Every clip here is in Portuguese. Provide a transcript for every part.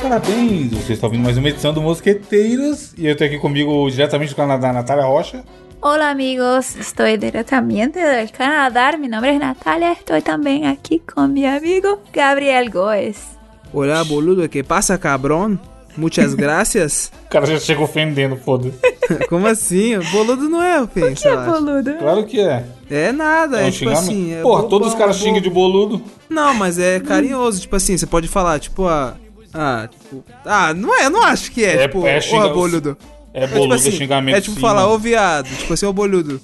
Parabéns! Vocês estão ouvindo mais uma edição do Mosqueteiros. E eu tô aqui comigo diretamente do Canadá, Natália Rocha. Hola amigos, estoy directamente del Canadá, mi nombre es Natalia, estoy también aquí con mi amigo Gabriel Góes. Olá, boludo, que passa, cabrón? Muchas gracias. O cara já chega ofendendo, foda-se. Como assim? Boludo não é ofensa, Que eu acho. boludo? Claro que é. É nada, é, um tipo xingamento. assim... É Porra, bobão, todos os caras bobo. xingam de boludo. Não, mas é carinhoso, tipo assim, você pode falar, tipo, ah... Ah, tipo, ah, não é, eu não acho que é, É- tipo, é porra, xingar- boludo. É boludo, é, tipo assim, xingamento. é tipo sim, falar, mano. ô viado, tipo assim, ô boludo.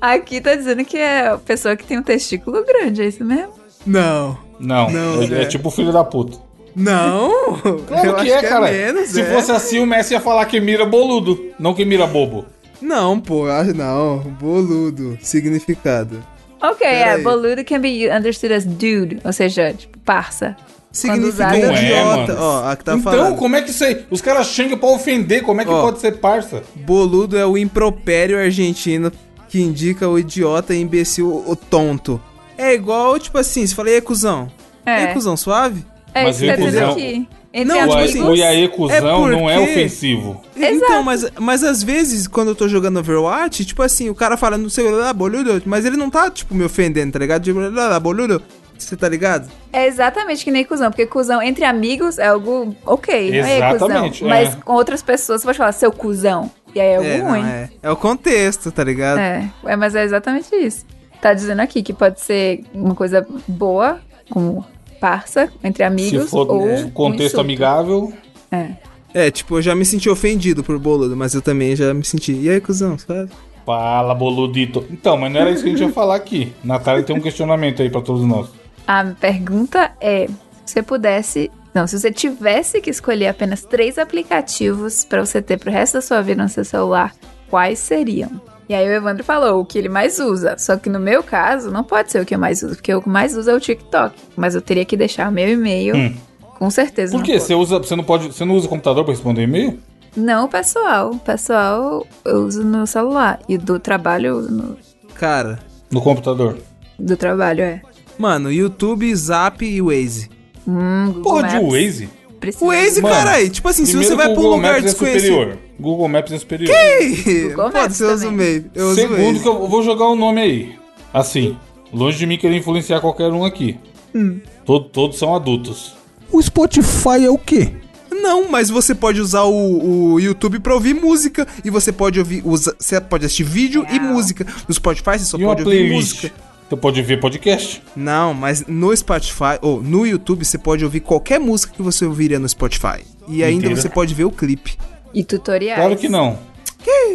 Aqui tá dizendo que é a pessoa que tem um testículo grande, é isso mesmo? Não. Não, Não, é, é é. tipo filho da puta. Não? Claro eu que acho é, cara. menos, Se é. fosse assim, o Messi ia falar que mira boludo, não que mira bobo. Não, pô, eu acho não. Boludo. Significado. Ok, é, aí. boludo can be understood as dude, ou seja, tipo, parça. Significado usado- Não é, idiota. mano. Ó, a que tá então, falando. como é que isso aí? Os caras xingam pra ofender, como é que Ó. pode ser parça? Boludo é o impropério argentino que indica o idiota, imbecil, o tonto. É igual, tipo assim, você fala, e aí, cuzão? É. E aí, cuzão, suave? É Mas isso que tá dizendo inclusão- aqui. Entre Não, O, tipo a- amigos, assim, o Iaê cuzão é não é porque- ofensivo. Então, mas, mas às vezes, quando eu tô jogando Overwatch, tipo assim, o cara fala, não sei, lá, boludo, mas ele não tá, tipo, me ofendendo, tá ligado? Tipo, lá, lá, boludo, você tá ligado? é exatamente que nem cuzão, porque cuzão entre amigos é algo ok, não é Exatamente, cuzão. é. Mas com outras pessoas você pode falar seu cuzão, e aí é algo é, não, ruim. é. É o contexto, tá ligado? É, é, mas é exatamente isso. Tá dizendo aqui que pode ser uma coisa boa, como parça, entre amigos, Se for ou um um contexto insulto. amigável, É. É, tipo, eu já me senti ofendido por boludo, mas eu também já me senti. E aí, cuzão, sabe? fala boludito. Então, mas não era isso que a gente ia falar aqui. Natália tem um questionamento aí pra todos nós. A pergunta é, se você pudesse... Não, se você tivesse que escolher apenas três aplicativos pra você ter pro resto da sua vida no seu celular, quais seriam? E aí o Evandro falou o que ele mais usa. Só que no meu caso, não pode ser o que eu mais uso, porque o que eu mais uso é o TikTok. Mas eu teria que deixar o meu e-mail, Hum. com certeza. Por na quê? Você usa, você não pode, você não usa computador pra responder e-mail? Não, o pessoal. O pessoal eu uso no celular. E do trabalho eu uso no. Cara, No computador. Do trabalho, é. mano, YouTube, Zap e Waze. Hum, Google Porra, de Maps, Waze? Precisa. Waze, Mano, caralho, tipo assim, se Primeiro você que vai o pra um Google lugar Maps é desconhecido. superior. Google Maps é superior. Ih, Google Pode Maps ser, eu uso também. meio. Eu uso Segundo Waze. que eu vou jogar o nome aí. Assim, longe de mim querer influenciar qualquer um aqui. Hum. To- todos são adultos. O Spotify é o quê? Não, mas você pode usar o, o YouTube pra ouvir música. E você pode ouvir. usa- você pode assistir vídeo e Não. música. No Spotify você só e uma Então pode ouvir playlist. música. Você pode ver podcast. Não, mas no Spotify, ou no YouTube, você pode ouvir qualquer música que você ouviria no Spotify. E ainda Inteira. você pode ver o clipe. E É tutoriais. Claro que não.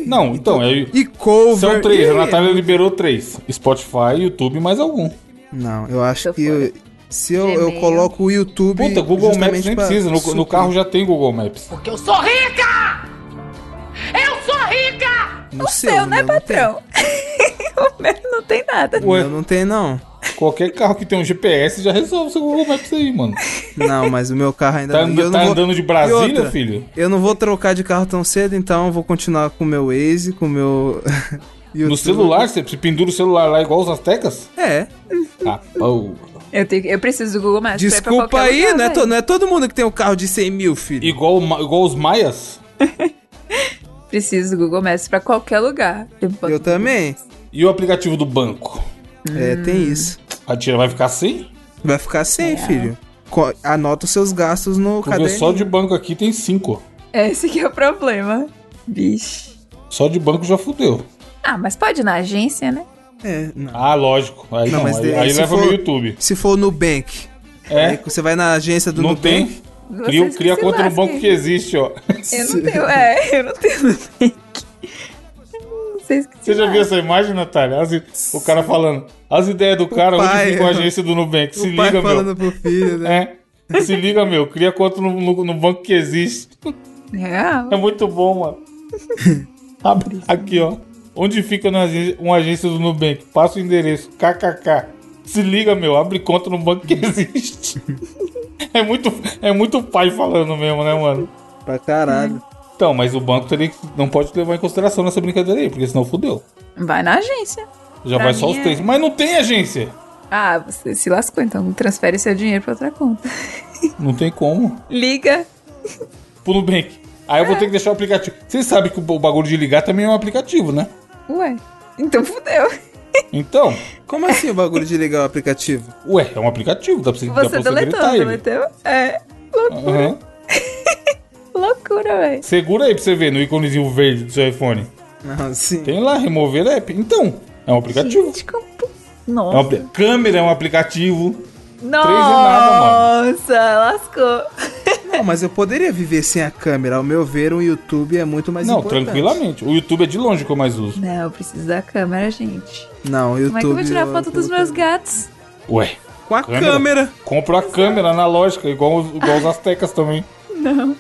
Não, então, é, E cover. são três. A e- Natália liberou três: Spotify, YouTube, mais algum. Não, eu acho Tô que fora. eu- se eu, eu Gmail. coloco o YouTube. Puta, Google justamente Maps nem pra precisa. No, no suprir. carro já tem Google Maps. Porque eu sou rica! Eu sou rica! No O seu, no né, meu não tem. patrão? o meu não tem nada. No meu não tem, não. Qualquer carro que tem um GPS já resolve seu Google Maps aí, mano. Não, mas o meu carro ainda Tá, não. and- e eu não tá vou- andando de e Brasília, outra, filho? Eu não vou trocar de carro tão cedo, então eu vou continuar com o meu Waze, com o meu. No YouTube. celular, você você pendura o celular lá igual os aztecas? É. Ah, pô. Eu, tenho, eu preciso do Google Maps. pra ir pra Desculpa qualquer aí, lugar, né? não é, to- velho. não é todo mundo que tem um carro de 100 mil, filho. Igual, ma- igual os maias? Preciso do Google Maps pra qualquer lugar. Eu também. E o aplicativo do banco? É, tem Hum. isso. A tia vai ficar assim? sem? Vai ficar É. sem, filho. Co- Anota os seus gastos no Porque caderno. só de banco aqui tem cinco. Esse que é o problema. Bicho. Só de banco já fudeu. Ah, mas pode ir na agência, né? É, não. Ah, lógico. Aí Não, não, mas aí, de- aí se leva for- no YouTube. Se for Nubank. Aí É, você vai na agência do não Nubank. tem. Vocês Cria, que cria se conta no lasquem. banco que existe, ó. Eu não tenho, é, eu não tenho Nubank. Vocês que se Você já viu lasquem. essa imagem, Natália? As i- o cara falando. As ideias do cara, pai, onde fica a ó. agência do Nubank? Se o pai liga, meu. falando pro filho, né? É. Se liga, meu. Cria conta no, no- no banco que existe. Real. É muito bom, mano. Abre aqui, ó. Onde fica na agen- uma agência do Nubank? Passa o endereço. KKK. Se liga, meu. Abre conta no banco que existe. é, muito, é muito pai falando mesmo, né, mano? Pra caralho. Hum. Então, mas o banco teria que, não pode levar em consideração nessa brincadeira aí, porque senão fudeu. Vai na agência. Já Pra vai só mim os é- três. Mas não tem agência. Ah, você se lascou, então transfere seu dinheiro pra outra conta. Não tem como. Liga pro Nubank. Aí É. eu vou ter que deixar o aplicativo. Vocês sabem que o bagulho de ligar também é um aplicativo, né? Ué, então fudeu. Então, Como assim o bagulho de ligar o aplicativo? ué, é um aplicativo, dá pra você, dá pra Você deletou, deletar ele. deleteu? É. Loucura, Aham. loucura, velho. Segura aí pra você ver no íconezinho verde do seu iPhone. Não, assim. sim. Tem lá, remover app. Então, é um aplicativo. Gente, como... É um Nossa. apli- Câmera é um aplicativo. nada, Nossa, lascou. Não, mas eu poderia viver sem a câmera. Ao meu ver, um YouTube é muito mais Não, importante. tranquilamente. O YouTube é de longe o que eu mais uso. Não, eu preciso da câmera, gente. Não, YouTube... Como é que eu vou tirar foto dos meus gatos? Ué, Com a Câmera. câmera. compro a câmera analógica, igual, os- igual os astecas também. Não.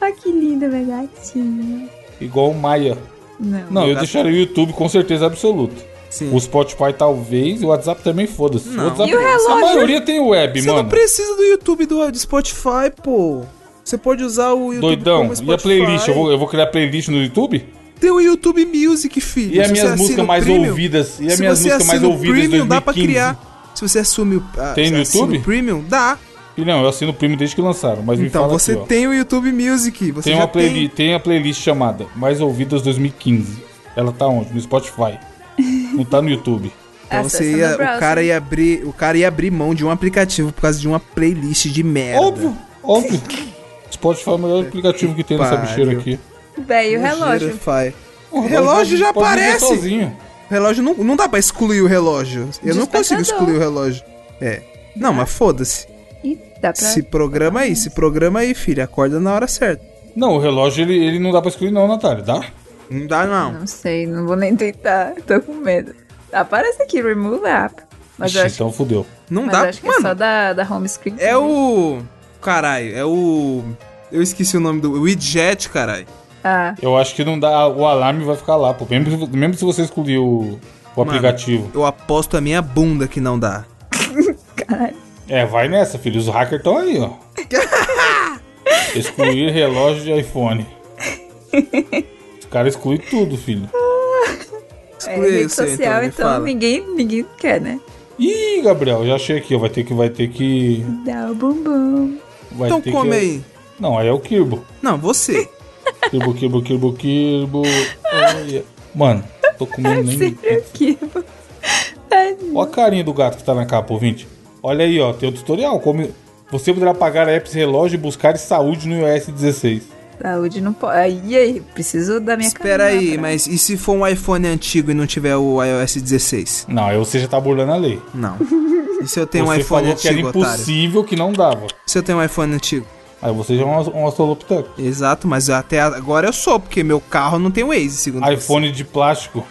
Ai, que linda, minha gatinha. Igual o Maia. Não. Não, eu tá- deixaria o YouTube com certeza absoluta. Sim. O Spotify talvez, e o WhatsApp também, foda-se. Não. WhatsApp- E o relógio? A maioria tem web, Você mano. não precisa do YouTube do, do Spotify, pô. Você pode usar o YouTube Doidão. como Spotify. E a playlist? Eu vou, eu vou criar playlist no YouTube? Tem o YouTube Music, filho. E as Se você minhas assina músicas o mais premium- ouvidas? E as minhas se você músicas mais assina o ouvidas de premium, 2015? dá pra criar. Se você assume o... ah, Tem no assina YouTube? o premium, dá. E não, eu assino o primo desde que lançaram, mas me Então, fala você aqui, ó. tem o YouTube Music. Você Tem já uma playlist, tem... a playlist chamada Mais Ouvidas 2015. Ela tá onde? No Spotify. Não tá no YouTube. Então Acessa você é no ia, browser. o cara ia abrir, o cara ia abrir mão de um aplicativo por causa de uma playlist de merda. Óbvio, óbvio. Spotify é o melhor aplicativo que tem nessa Pariu. bicheira aqui. Véi, e o relógio. Spotify. O relógio já pode viver aparece. sozinho. Relógio não, não dá pra excluir o relógio. Eu não consigo Despertador. excluir o relógio. É. Não, mas foda-se. Ih, dá pra. Se programa aí, se programa aí, filho. Acorda na hora certa. Não, o relógio ele, ele não dá pra excluir não, Natália. Dá? Não dá, não. Não sei, não vou nem tentar. Tô com medo. Aparece aqui, remove app. Mas eu Ixi, acho, então fudeu. Não mas dá. eu acho que é só Mano, da, da home screen. é o. Caralho, é o. Eu esqueci o nome do. Widget, caralho. Ah, Eu acho que não dá. O alarme vai ficar lá, pô. Mesmo, mesmo se você excluir o, o Mano, aplicativo. Eu aposto a minha bunda que não dá. caralho. É, vai nessa, filho. Os hackers estão aí, ó. Excluir relógio de iPhone. Os caras excluem tudo, filho. É, Exclui aí o rede seu, social, me então, fala. ninguém, ninguém quer, né? Ih, Gabriel, já achei aqui, ó. Vai ter que. Vai ter que. Dá o bumbum. Vai Então ter come que... aí. Não, aí é o Kirbo. Não, você. Kirbo, Kirbo, Kirbo, Kirbo. Olha. Mano, tô comendo nem. Sério, Kibo. Olha a carinha do gato que tá na capa, ouvinte. Olha aí, ó. Tem o tutorial. Como você poderá pagar apps relógio e buscar saúde no iOS 16. Saúde não pode. Aí, aí, preciso da minha Espera caminhada. aí, mas e se for um iPhone antigo e não tiver o iOS 16? Não, aí você já tá burlando a lei. Não. E se eu tenho você um iPhone falou que era antigo, otário? impossível que não dava. Se eu tenho um iPhone antigo? Aí você já é um, um astrolopiteco. Exato, mas até agora eu sou, porque meu carro não tem Waze, segundo você. iPhone de plástico.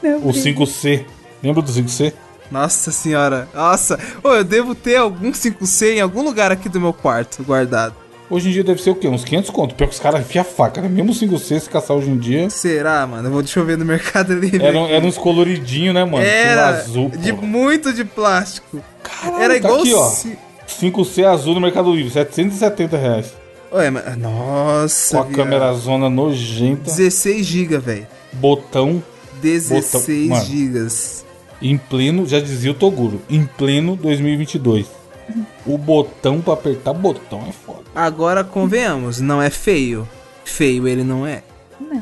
Não, O 5C. Lembra do 5C? Nossa senhora. Nossa. Ô, eu devo ter algum 5C em algum lugar aqui do meu quarto guardado. Hoje em dia deve ser o quê? Uns 500 conto. Pior que os caras enfiam a faca, né? Mesmo o 5C, se caçar hoje em dia... Será, mano? Eu vou deixa eu ver no Mercado Livre. Era, um, era uns coloridinhos, né, mano? Era Com azul, de pô. muito de plástico. tá Era igual aqui, ó. se- 5C azul no Mercado Livre, 770 reais. Ué, mas... Nossa. Com a viado. câmera zona nojenta, 16 GB, velho. botão 16 Mano. gigas. em pleno, já dizia o Toguro, em pleno 2022. Uhum. O botão pra apertar botão é foda. Agora convenhamos, não é feio. Feio ele não é. não,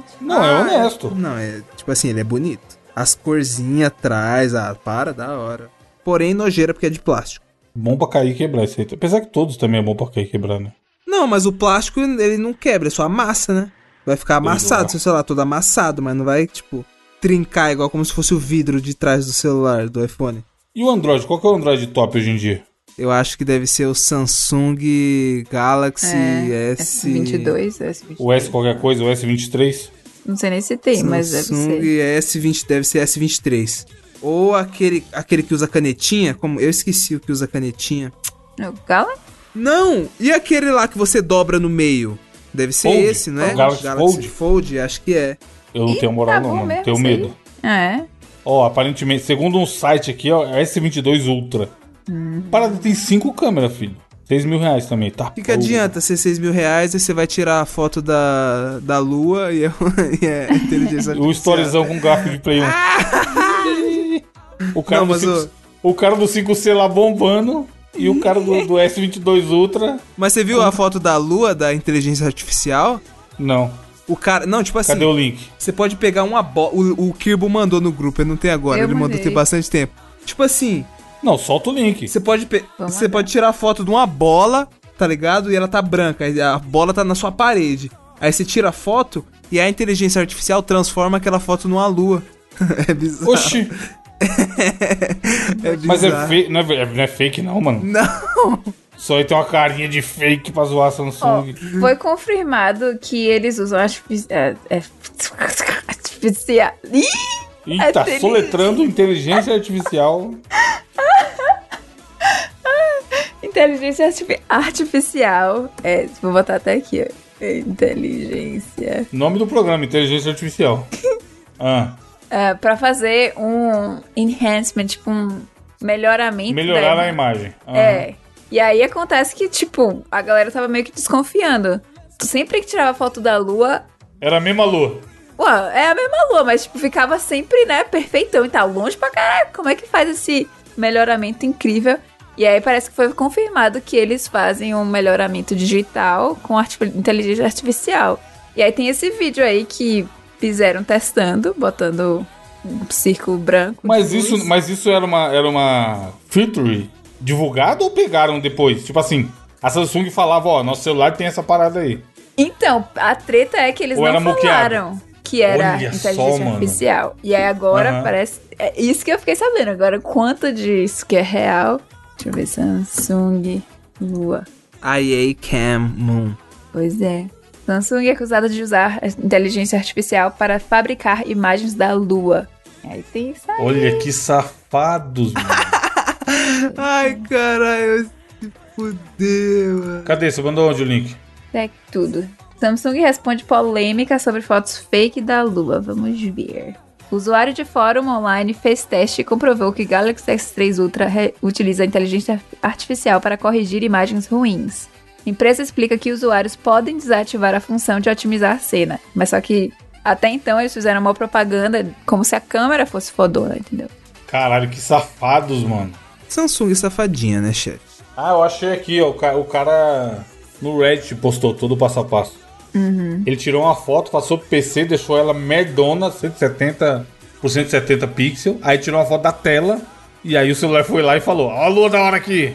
gente. Não, é Ah, honesto. Não, é tipo assim, ele é bonito. As corzinhas atrás, ah, para, da hora. Porém, nojeira porque é de plástico. Bom pra cair e quebrar isso aí. Apesar que todos também é bom pra cair e quebrar, né? Não, mas o plástico ele não quebra, é só amassa, né? Vai ficar amassado, Legal. seu celular todo amassado, mas não vai, tipo, trincar igual como se fosse o vidro de trás do celular, do iPhone. E o Android? Qual que é o Android top hoje em dia? Eu acho que deve ser o Samsung Galaxy É, S. S22, S22. O S qualquer coisa, o S23? Não sei nem se tem, mas deve Samsung ser. S20 deve ser S23. Ou aquele, aquele que usa canetinha, como eu esqueci o que usa canetinha. O Gala? Não! E aquele lá que você dobra no meio? Deve ser Fold? esse, não é? O Galaxy Fold? acho que é. Eu não Ih, tenho moral tá não, bom mano. mesmo Tenho isso medo. aí. É. Ó, aparentemente, segundo um site aqui, ó, é o S22 Ultra. Hum. Parada tem cinco câmeras, filho. 6 mil reais também, tá? O que, que adianta ser 6 mil reais e você vai tirar a foto da, da lua e é, e é inteligência O artificial? storyzão com gráfico de Play 1. o, cara Não, do mas 5 o... cara do 5C lá bombando e e o cara do, do S22 Ultra, Mas você viu a foto da lua da inteligência artificial? não. O cara. Não, tipo assim. Cadê o link? Você pode pegar uma bola. O, o Kirbo mandou no grupo, ele não tem agora, Eu ele mandou mandei. tem bastante tempo. Tipo assim, Não, solta o link. você pode, pe- Vamos você lá. né? pode tirar foto de uma bola, tá ligado? E ela tá branca, aí a bola tá na sua parede. Aí você tira a foto e a inteligência artificial transforma aquela foto numa lua. é bizarro. Oxi, é bizarro. mas é fake. Não é, ve- não é fake, não, mano. Não! Só aí tem uma carinha de fake pra zoar a Ó, Samsung. foi confirmado que eles usam artifici- é, é, artificial. Ih! Eita, é feliz. tá soletrando inteligência artificial. Inteligência artifi- artificial. É, vou botar até aqui, ó. Inteligência. Nome do programa, inteligência artificial. Ah, Ah, pra fazer um enhancement, tipo um melhoramento. melhorar da a imagem. Ah, É. E aí acontece que, tipo, a galera tava meio que desconfiando. Sempre que tirava foto da lua, Era a mesma lua. ué, é a mesma lua, mas, tipo, ficava sempre, né, perfeitão e tá longe pra caralho. Como é que faz esse melhoramento incrível? E aí parece que foi confirmado que eles fazem um melhoramento digital com arti- inteligência artificial. E aí tem esse vídeo aí que fizeram testando, botando um círculo branco. de Mas luz. isso, mas isso era uma, era uma feature divulgada ou pegaram depois? Tipo assim, a Samsung falava, ó, nosso celular tem essa parada aí. Então, a treta é que eles Ou não era moqueado? falaram que era Olha inteligência só, mano. artificial. E aí agora Aham. parece. É isso que eu fiquei sabendo. Agora, quanto disso que é real? Deixa eu ver. Samsung Lua. IA Cam Moon. Pois é. Samsung é acusada de usar a inteligência artificial para fabricar imagens da Lua. Aí tem isso aí. Olha que safados, mano. Ai, caralho, se fudeu, mano. Cadê? Você mandou onde o link? É tudo. Samsung responde polêmica sobre fotos fake da Lua. Vamos ver. O usuário de fórum online fez teste e comprovou que Galaxy S3 Ultra re- utiliza inteligência artificial para corrigir imagens ruins. A empresa explica que usuários podem desativar a função de otimizar a cena, mas só que até então eles fizeram uma propaganda como se a câmera fosse fodona, entendeu? Caralho, que safados, mano. Samsung safadinha, né, chefe? Ah, eu achei aqui, ó. O, ca- o cara no Reddit postou todo o passo a passo. Ele tirou uma foto, passou pro PC, deixou ela merdona, 170 por 170 pixel. Aí tirou uma foto da tela. E aí o celular foi lá e falou: Ó, a lua da hora aqui.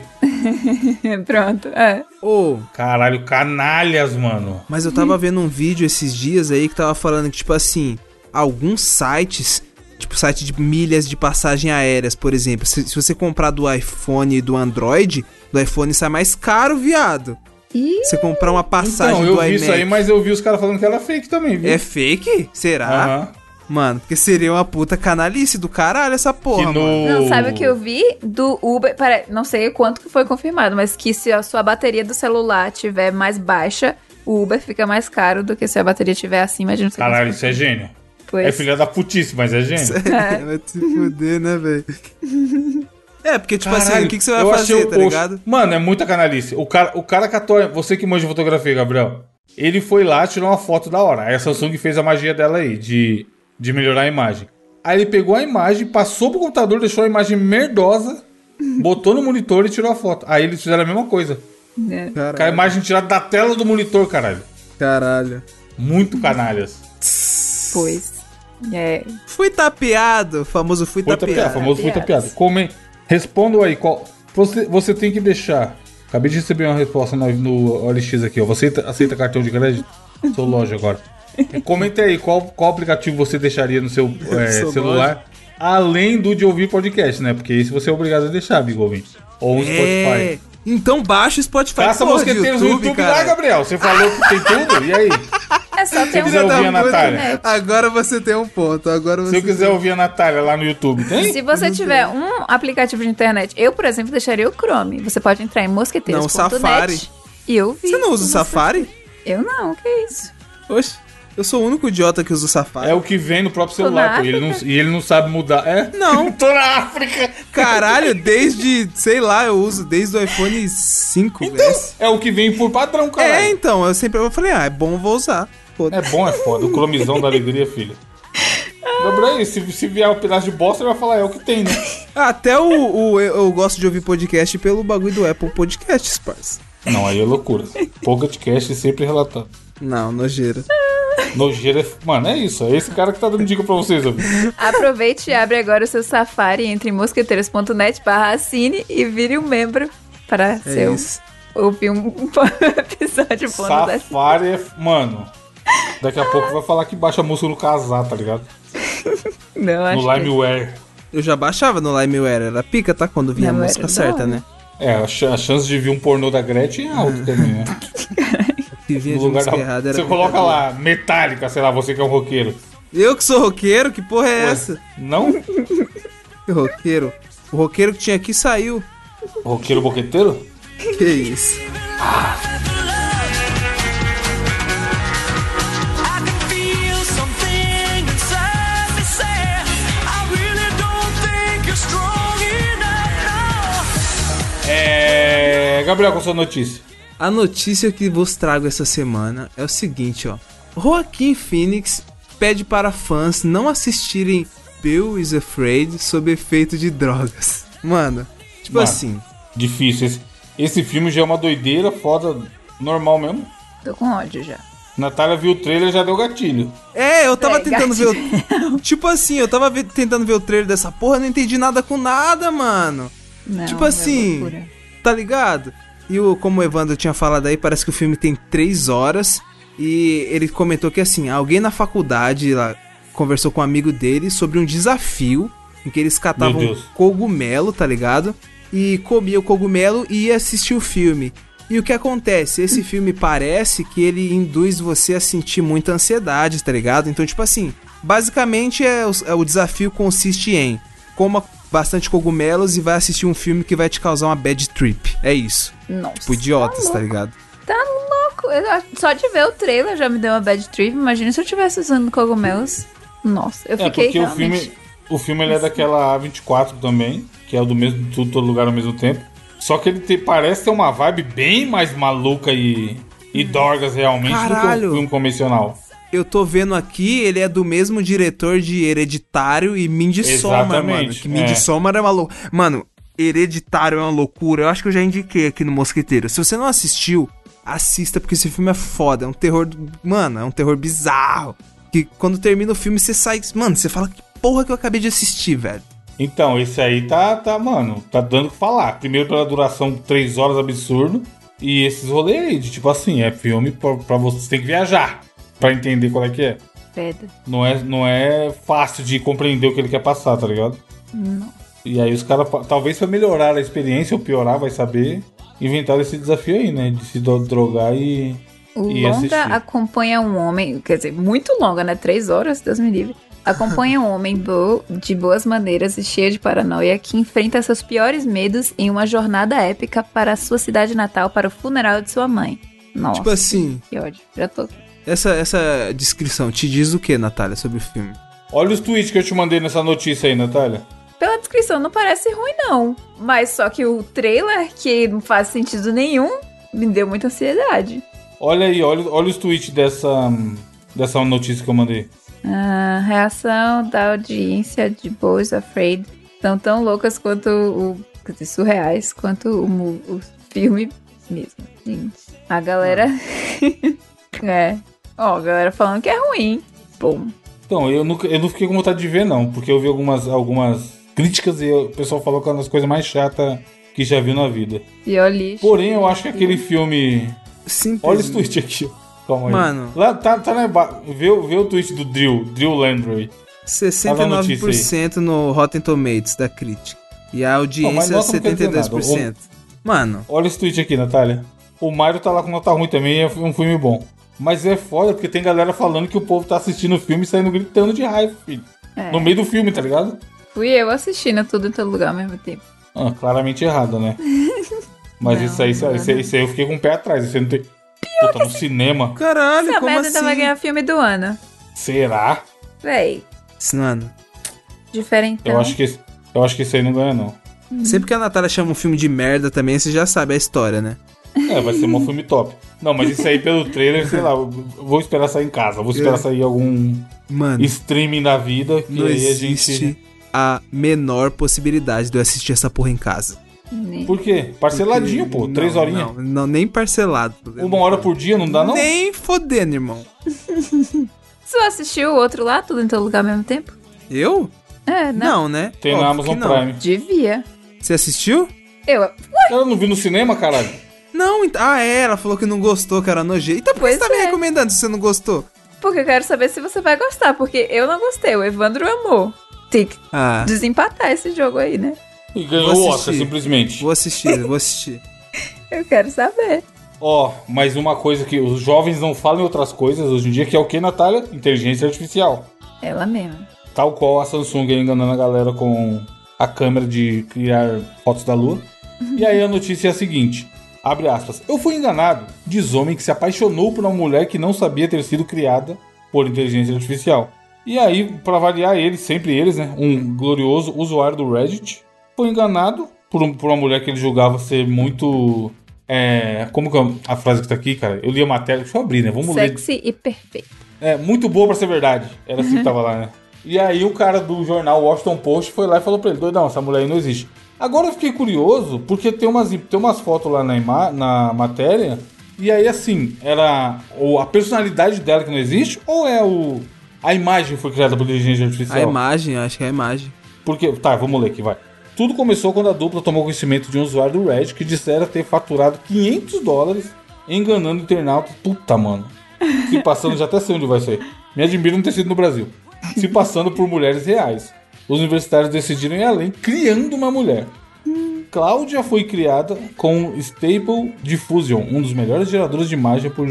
Pronto. É. Ô, Caralho, canalhas, mano. Mas eu tava vendo um vídeo esses dias aí que tava falando que, tipo assim, alguns sites, tipo site de milhas de passagem aéreas, por exemplo, se, se você comprar do iPhone e do Android, do iPhone sai mais caro, viado. Ih. Você comprar uma passagem Então, eu do vi iMac. isso aí, mas eu vi os caras falando que era fake também, viu? É fake? Será? Aham. Mano, porque seria uma puta canalice do caralho essa Que porra, mano. no... Não, sabe o que eu vi do Uber? Pera, não sei o quanto que foi confirmado, mas que se a sua bateria do celular tiver mais baixa, o Uber fica mais caro do que se a bateria tiver acima de não sei Caralho, quantos isso é gênio. por- É filha da putice, mas é gênio. Vai te fuder, né, velho? É, porque, tipo assim, o que, que você vai eu fazer, achei o- tá ligado? Mano, é muita canalice. O cara, o cara catou. Você que manja de fotografia, Gabriel. Ele foi lá, tirou uma foto da hora. Aí a Samsung fez a magia dela aí, de, de melhorar a imagem. Aí ele pegou a imagem, passou pro computador, deixou a imagem merdosa, botou no monitor e tirou a foto. Aí eles fizeram a mesma coisa. né? Com a Caralho. imagem tirada da tela do monitor, caralho. caralho. Muito canalhas. Pois. É. Fui tapeado, famoso fui Foi tapeado, tapeado. famoso foi Tapeadas. tapeado. Comem. Respondam aí qual. Você, você tem que deixar. Acabei de receber uma resposta no, no OLX aqui, ó. Você aceita- aceita cartão de crédito? Sou loja agora. Comenta aí qual, qual aplicativo você deixaria no seu é, Sou celular, além do de ouvir podcast, né? Porque isso você é obrigado a deixar, amigo ouvinte. Ou um É. Spotify. Então baixa o Spotify. Caça porra, de Mosqueteiros no YouTube lá, Gabriel. Você falou que tem tudo? E aí? É só ter um quiser pouco ouvir a na Natália. internet. Agora você tem um ponto. Agora Se você um eu quiser ouvir a Natália lá no YouTube, tem? Se você tiver um aplicativo de internet, eu, por exemplo, deixaria o Chrome. Você pode entrar em mosqueteiros. Não, o Safari. E eu vi. Você não usa o Você- Safari? Eu não, que isso. Oxe, eu sou o único idiota que usa o Safari. É o que vem no próprio Tô celular, na pô. E ele, não, África. e ele não sabe mudar. É? Não. Tô na África. Caralho, desde, sei lá, eu uso desde o iPhone 5, Então, S. é o que vem por padrão, cara. É, É, então, eu sempre eu falei, ah, é bom, vou usar. Pô, bom, é foda. O cromizão da alegria, filho. Mas, Bruno, se, se vier um pedaço de bosta, ele vai falar, é o que tem, né? Até o, o- eu, eu gosto de ouvir podcast pelo bagulho do Apple Podcasts, parça. Não, aí é loucura. Pocketcast sempre relatando. Não, nojeira. Nojeira é... Mano, é isso. É esse cara que tá dando dica pra vocês, amigo. Aproveite e abre agora o seu Safari entre em mosqueteiros.net barra assine e vire um membro para É seu, isso. ouvir um episódio bônus da Safari é... Mano... Daqui a pouco vai falar que baixa a música no casar, tá ligado? Não, acho no que- é Limeware. Eu já baixava no Limeware, era pica, tá? Quando vinha a Não, música era certa, não. né? É, a, ch- a chance de vir um pornô da Gretchen é alta também, né? Que vinha No de lugar música da... errada era. Você coloca lá, Metallica, sei lá, você que é um roqueiro. Eu que sou roqueiro, que porra é essa? Não? Que roqueiro? O roqueiro que tinha aqui saiu. Roqueiro boqueteiro? Que isso? I can feel something inside me say I really don't think you're strong enough now. É. Gabriel, com sua notícia. A notícia que vos trago essa semana é o seguinte, ó. Joaquim Phoenix pede para fãs não assistirem Bill is Afraid sob efeito de drogas. Mano, tipo Mano. assim, Difícil. Esse, esse filme já é uma doideira, foda, normal mesmo. Tô com ódio já. Natália viu o trailer e já deu gatilho. É, eu tava É, tentando ver. O... Tipo assim, eu tava ve- tentando ver o trailer dessa porra, não entendi nada com nada, mano. Não, tipo é assim, loucura. tá ligado? E o, como o Evandro tinha falado aí, parece que o filme tem três horas. E ele comentou que assim, alguém na faculdade lá conversou com um amigo dele sobre um desafio em que eles Meu catavam Deus. cogumelo, tá ligado? E comia o cogumelo e ia assistir o filme. E o que acontece? Esse filme parece que ele induz você a sentir muita ansiedade, tá ligado? Então, tipo assim, basicamente é o, é o desafio consiste em coma bastante cogumelos e vai assistir um filme que vai te causar uma bad trip. É isso. Nossa. Tipo, idiotas, tá ligado? Tá louco. Eu acho- Só de ver o trailer já me deu uma bad trip. Imagina se eu estivesse usando cogumelos. Nossa, eu É, fiquei porque o realmente... filme. O filme ele é daquela A24 também, que é o do mesmo tudo, todo lugar ao mesmo tempo. Só que ele te- parece ter uma vibe bem mais maluca e. E dorgas realmente do que Caralho. um filme convencional. Eu tô vendo aqui, ele é do mesmo diretor de Hereditário e Midsommar, Exatamente, mano. Que Midsommar é, uma loucura. Mano, Hereditário é uma loucura. Eu acho que eu já indiquei aqui no Mosqueteiro. Se você não assistiu, assista, porque esse filme é foda. É um terror. do- Mano, é um terror bizarro. Que quando termina o filme, você sai. Mano, você fala que porra que eu acabei de assistir, velho. Então, esse aí tá, tá, mano, tá dando o que falar. Primeiro pela duração 3 horas absurdo. E esses rolês aí, de tipo assim, é filme pra, pra você, você tem que viajar pra entender qual é que é. Pedra. Não é, não é fácil de compreender o que ele quer passar, tá ligado? E aí os caras, pa- talvez pra melhorar a experiência ou piorar, vai saber, inventaram esse desafio aí, né? De se do- drogar e. O E Longa assistir. acompanha um homem, quer dizer, muito longa, né? Três horas, Deus me livre. Acompanha um homem bo- de boas maneiras e cheio de paranoia que enfrenta seus piores medos em uma jornada épica para a sua cidade natal para o funeral de sua mãe. Nossa, Tipo assim, que ódio. Já tô... essa, essa descrição te diz o que, Natália, sobre o filme? Olha os tweets que eu te mandei nessa notícia aí, Natália. Pela descrição não parece ruim, não. Mas só que o trailer, que não faz sentido nenhum, me deu muita ansiedade. Olha aí, olha, olha os tweets dessa, hum, dessa notícia que eu mandei. A reação da audiência de Boys Afraid são tão loucas quanto o. Quer dizer, surreais quanto o, mu- o filme mesmo. Gente, a galera. é. Ó, a galera falando que é ruim. Bom. Então, eu, nunca, eu não fiquei com vontade de ver, não, porque eu vi algumas, algumas críticas e eu- o pessoal falou que é uma das coisas mais chatas que já viu na vida. Pior lixo. Porém, eu acho que aquele filme. Olha esse Simplesmente. tweet aqui. Calma aí. Mano. Lá, tá, tá lá embaixo. Vê, o- vê o tweet do Drill, Drill Landry. Tava a 69% notícia no Rotten Tomatoes da crítica. E a audiência é Não, mas nota não quer dizer nada. 72%. Mano, Olha esse tweet aqui, Natália. O Mario tá lá com nota ruim também, é um filme bom. Mas é foda, porque tem galera falando que o povo tá assistindo o filme e saindo gritando de raiva, filho. É. No meio do filme, tá ligado? Fui eu assistindo tudo em todo lugar ao mesmo tempo. Ah, claramente errado, né? Mas Não, isso, aí, isso, aí, não, isso aí- isso aí eu fiquei com o pé atrás. Isso aí não tem. Puta, no cinema. caralho, Essa como merda tá ainda vai assim? ganhar filme do ano. Será? Véi, Mano, diferentão. Eu, acho que, esse- eu acho que isso aí não ganha, não. Uhum. sempre que a Natália chama um filme de merda também, você já sabe a história, né? É, vai ser um filme top. Não, mas isso aí pelo trailer, sei lá, eu vou esperar sair em casa, vou esperar É. sair algum Mano, streaming da vida, que não aí existe a gente. né? a menor possibilidade de eu assistir essa porra em casa. Por quê? Parceladinho, pô, Não, três horinhas. Não, não, nem parcelado. Uma hora por dia, não dá não? Nem fodendo, irmão. Você assistiu o outro lá, tudo em todo lugar ao mesmo tempo? Eu? É, não. Não, né? Tem na Óbvio que Amazon não. Prime. Devia. Você assistiu? Eu, Ela não viu no cinema, caralho? Não, ent- ah, é, ela falou que não gostou, que era nojento. Então por Pois que você tá me é. recomendando se você não gostou? porque eu quero saber se você vai gostar, porque eu não gostei, o Evandro amou. Tem que Ah, desempatar esse jogo aí, né? E ganhou Vou o assistir. Oscar, simplesmente. vou assistir, vou assistir. Eu quero saber. Ó, mas uma coisa que os jovens não falam em outras coisas hoje em dia, que é o que, Natália? Inteligência artificial. Ela mesma. Tal qual a Samsung enganando a galera com a câmera de criar fotos da lua. E aí a notícia é a seguinte: abre aspas. Eu fui enganado. Diz homem que se apaixonou por uma mulher que não sabia ter sido criada por inteligência artificial. E aí, pra variar ele, sempre eles, né? Um glorioso usuário do Reddit foi enganado por, um- por uma mulher que ele julgava ser muito. é, como que é a frase que tá aqui, cara? Eu li a matéria, deixa eu abrir, né? Vamos ler Sexy e perfeita. é, muito boa pra ser verdade. Era assim que tava lá, né? E aí o cara do jornal Washington Post foi lá e falou pra ele, doidão, essa mulher aí não existe. Agora eu fiquei curioso, porque tem umas, tem umas fotos lá na, ima- na matéria, e aí assim, era ou a personalidade dela que não existe, ou é o. A imagem que foi criada por inteligência artificial? A imagem, acho que é a imagem. Porque, tá, vamos ler aqui, vai. Tudo começou quando a dupla tomou conhecimento de um usuário do Reddit que dissera ter faturado 500 dólares enganando internauta. Puta, mano. Se passando, já até sei onde vai sair. Me admira não ter sido no Brasil. Se passando por mulheres reais. Os universitários decidiram ir além, criando uma mulher. Cláudia foi criada com Stable Diffusion, um dos melhores geradores de imagem por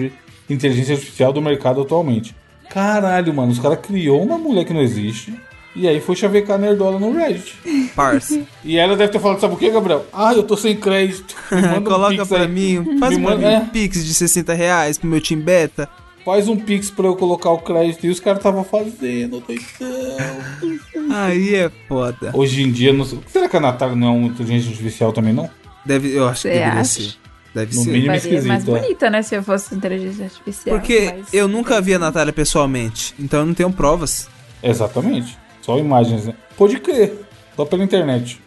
inteligência artificial do mercado atualmente. Caralho, mano, os caras criou uma mulher que não existe e aí foi chavecar nerdola no Reddit. Parça. E ela deve ter falado, sabe o que, Gabriel? Ah, eu tô sem crédito. Me manda um Coloca pix pra aí. mim, faz Me pra mim manda- É. um pix de 60 reais pro meu time beta. Faz um pix pra eu colocar o crédito. E os caras estavam fazendo, doidão. Aí é foda. Hoje em dia, não sei. Será que a Natália não é uma inteligência artificial também, não? Deve, eu acho Você que deveria acha? ser. Deve No ser. mínimo. Seria Faria mais esquisito, é. bonita, né? Se eu fosse inteligência artificial. Porque mas- eu nunca vi a Natália pessoalmente, então eu não tenho provas. Exatamente. Só imagens, né? Pode crer. Só pela internet.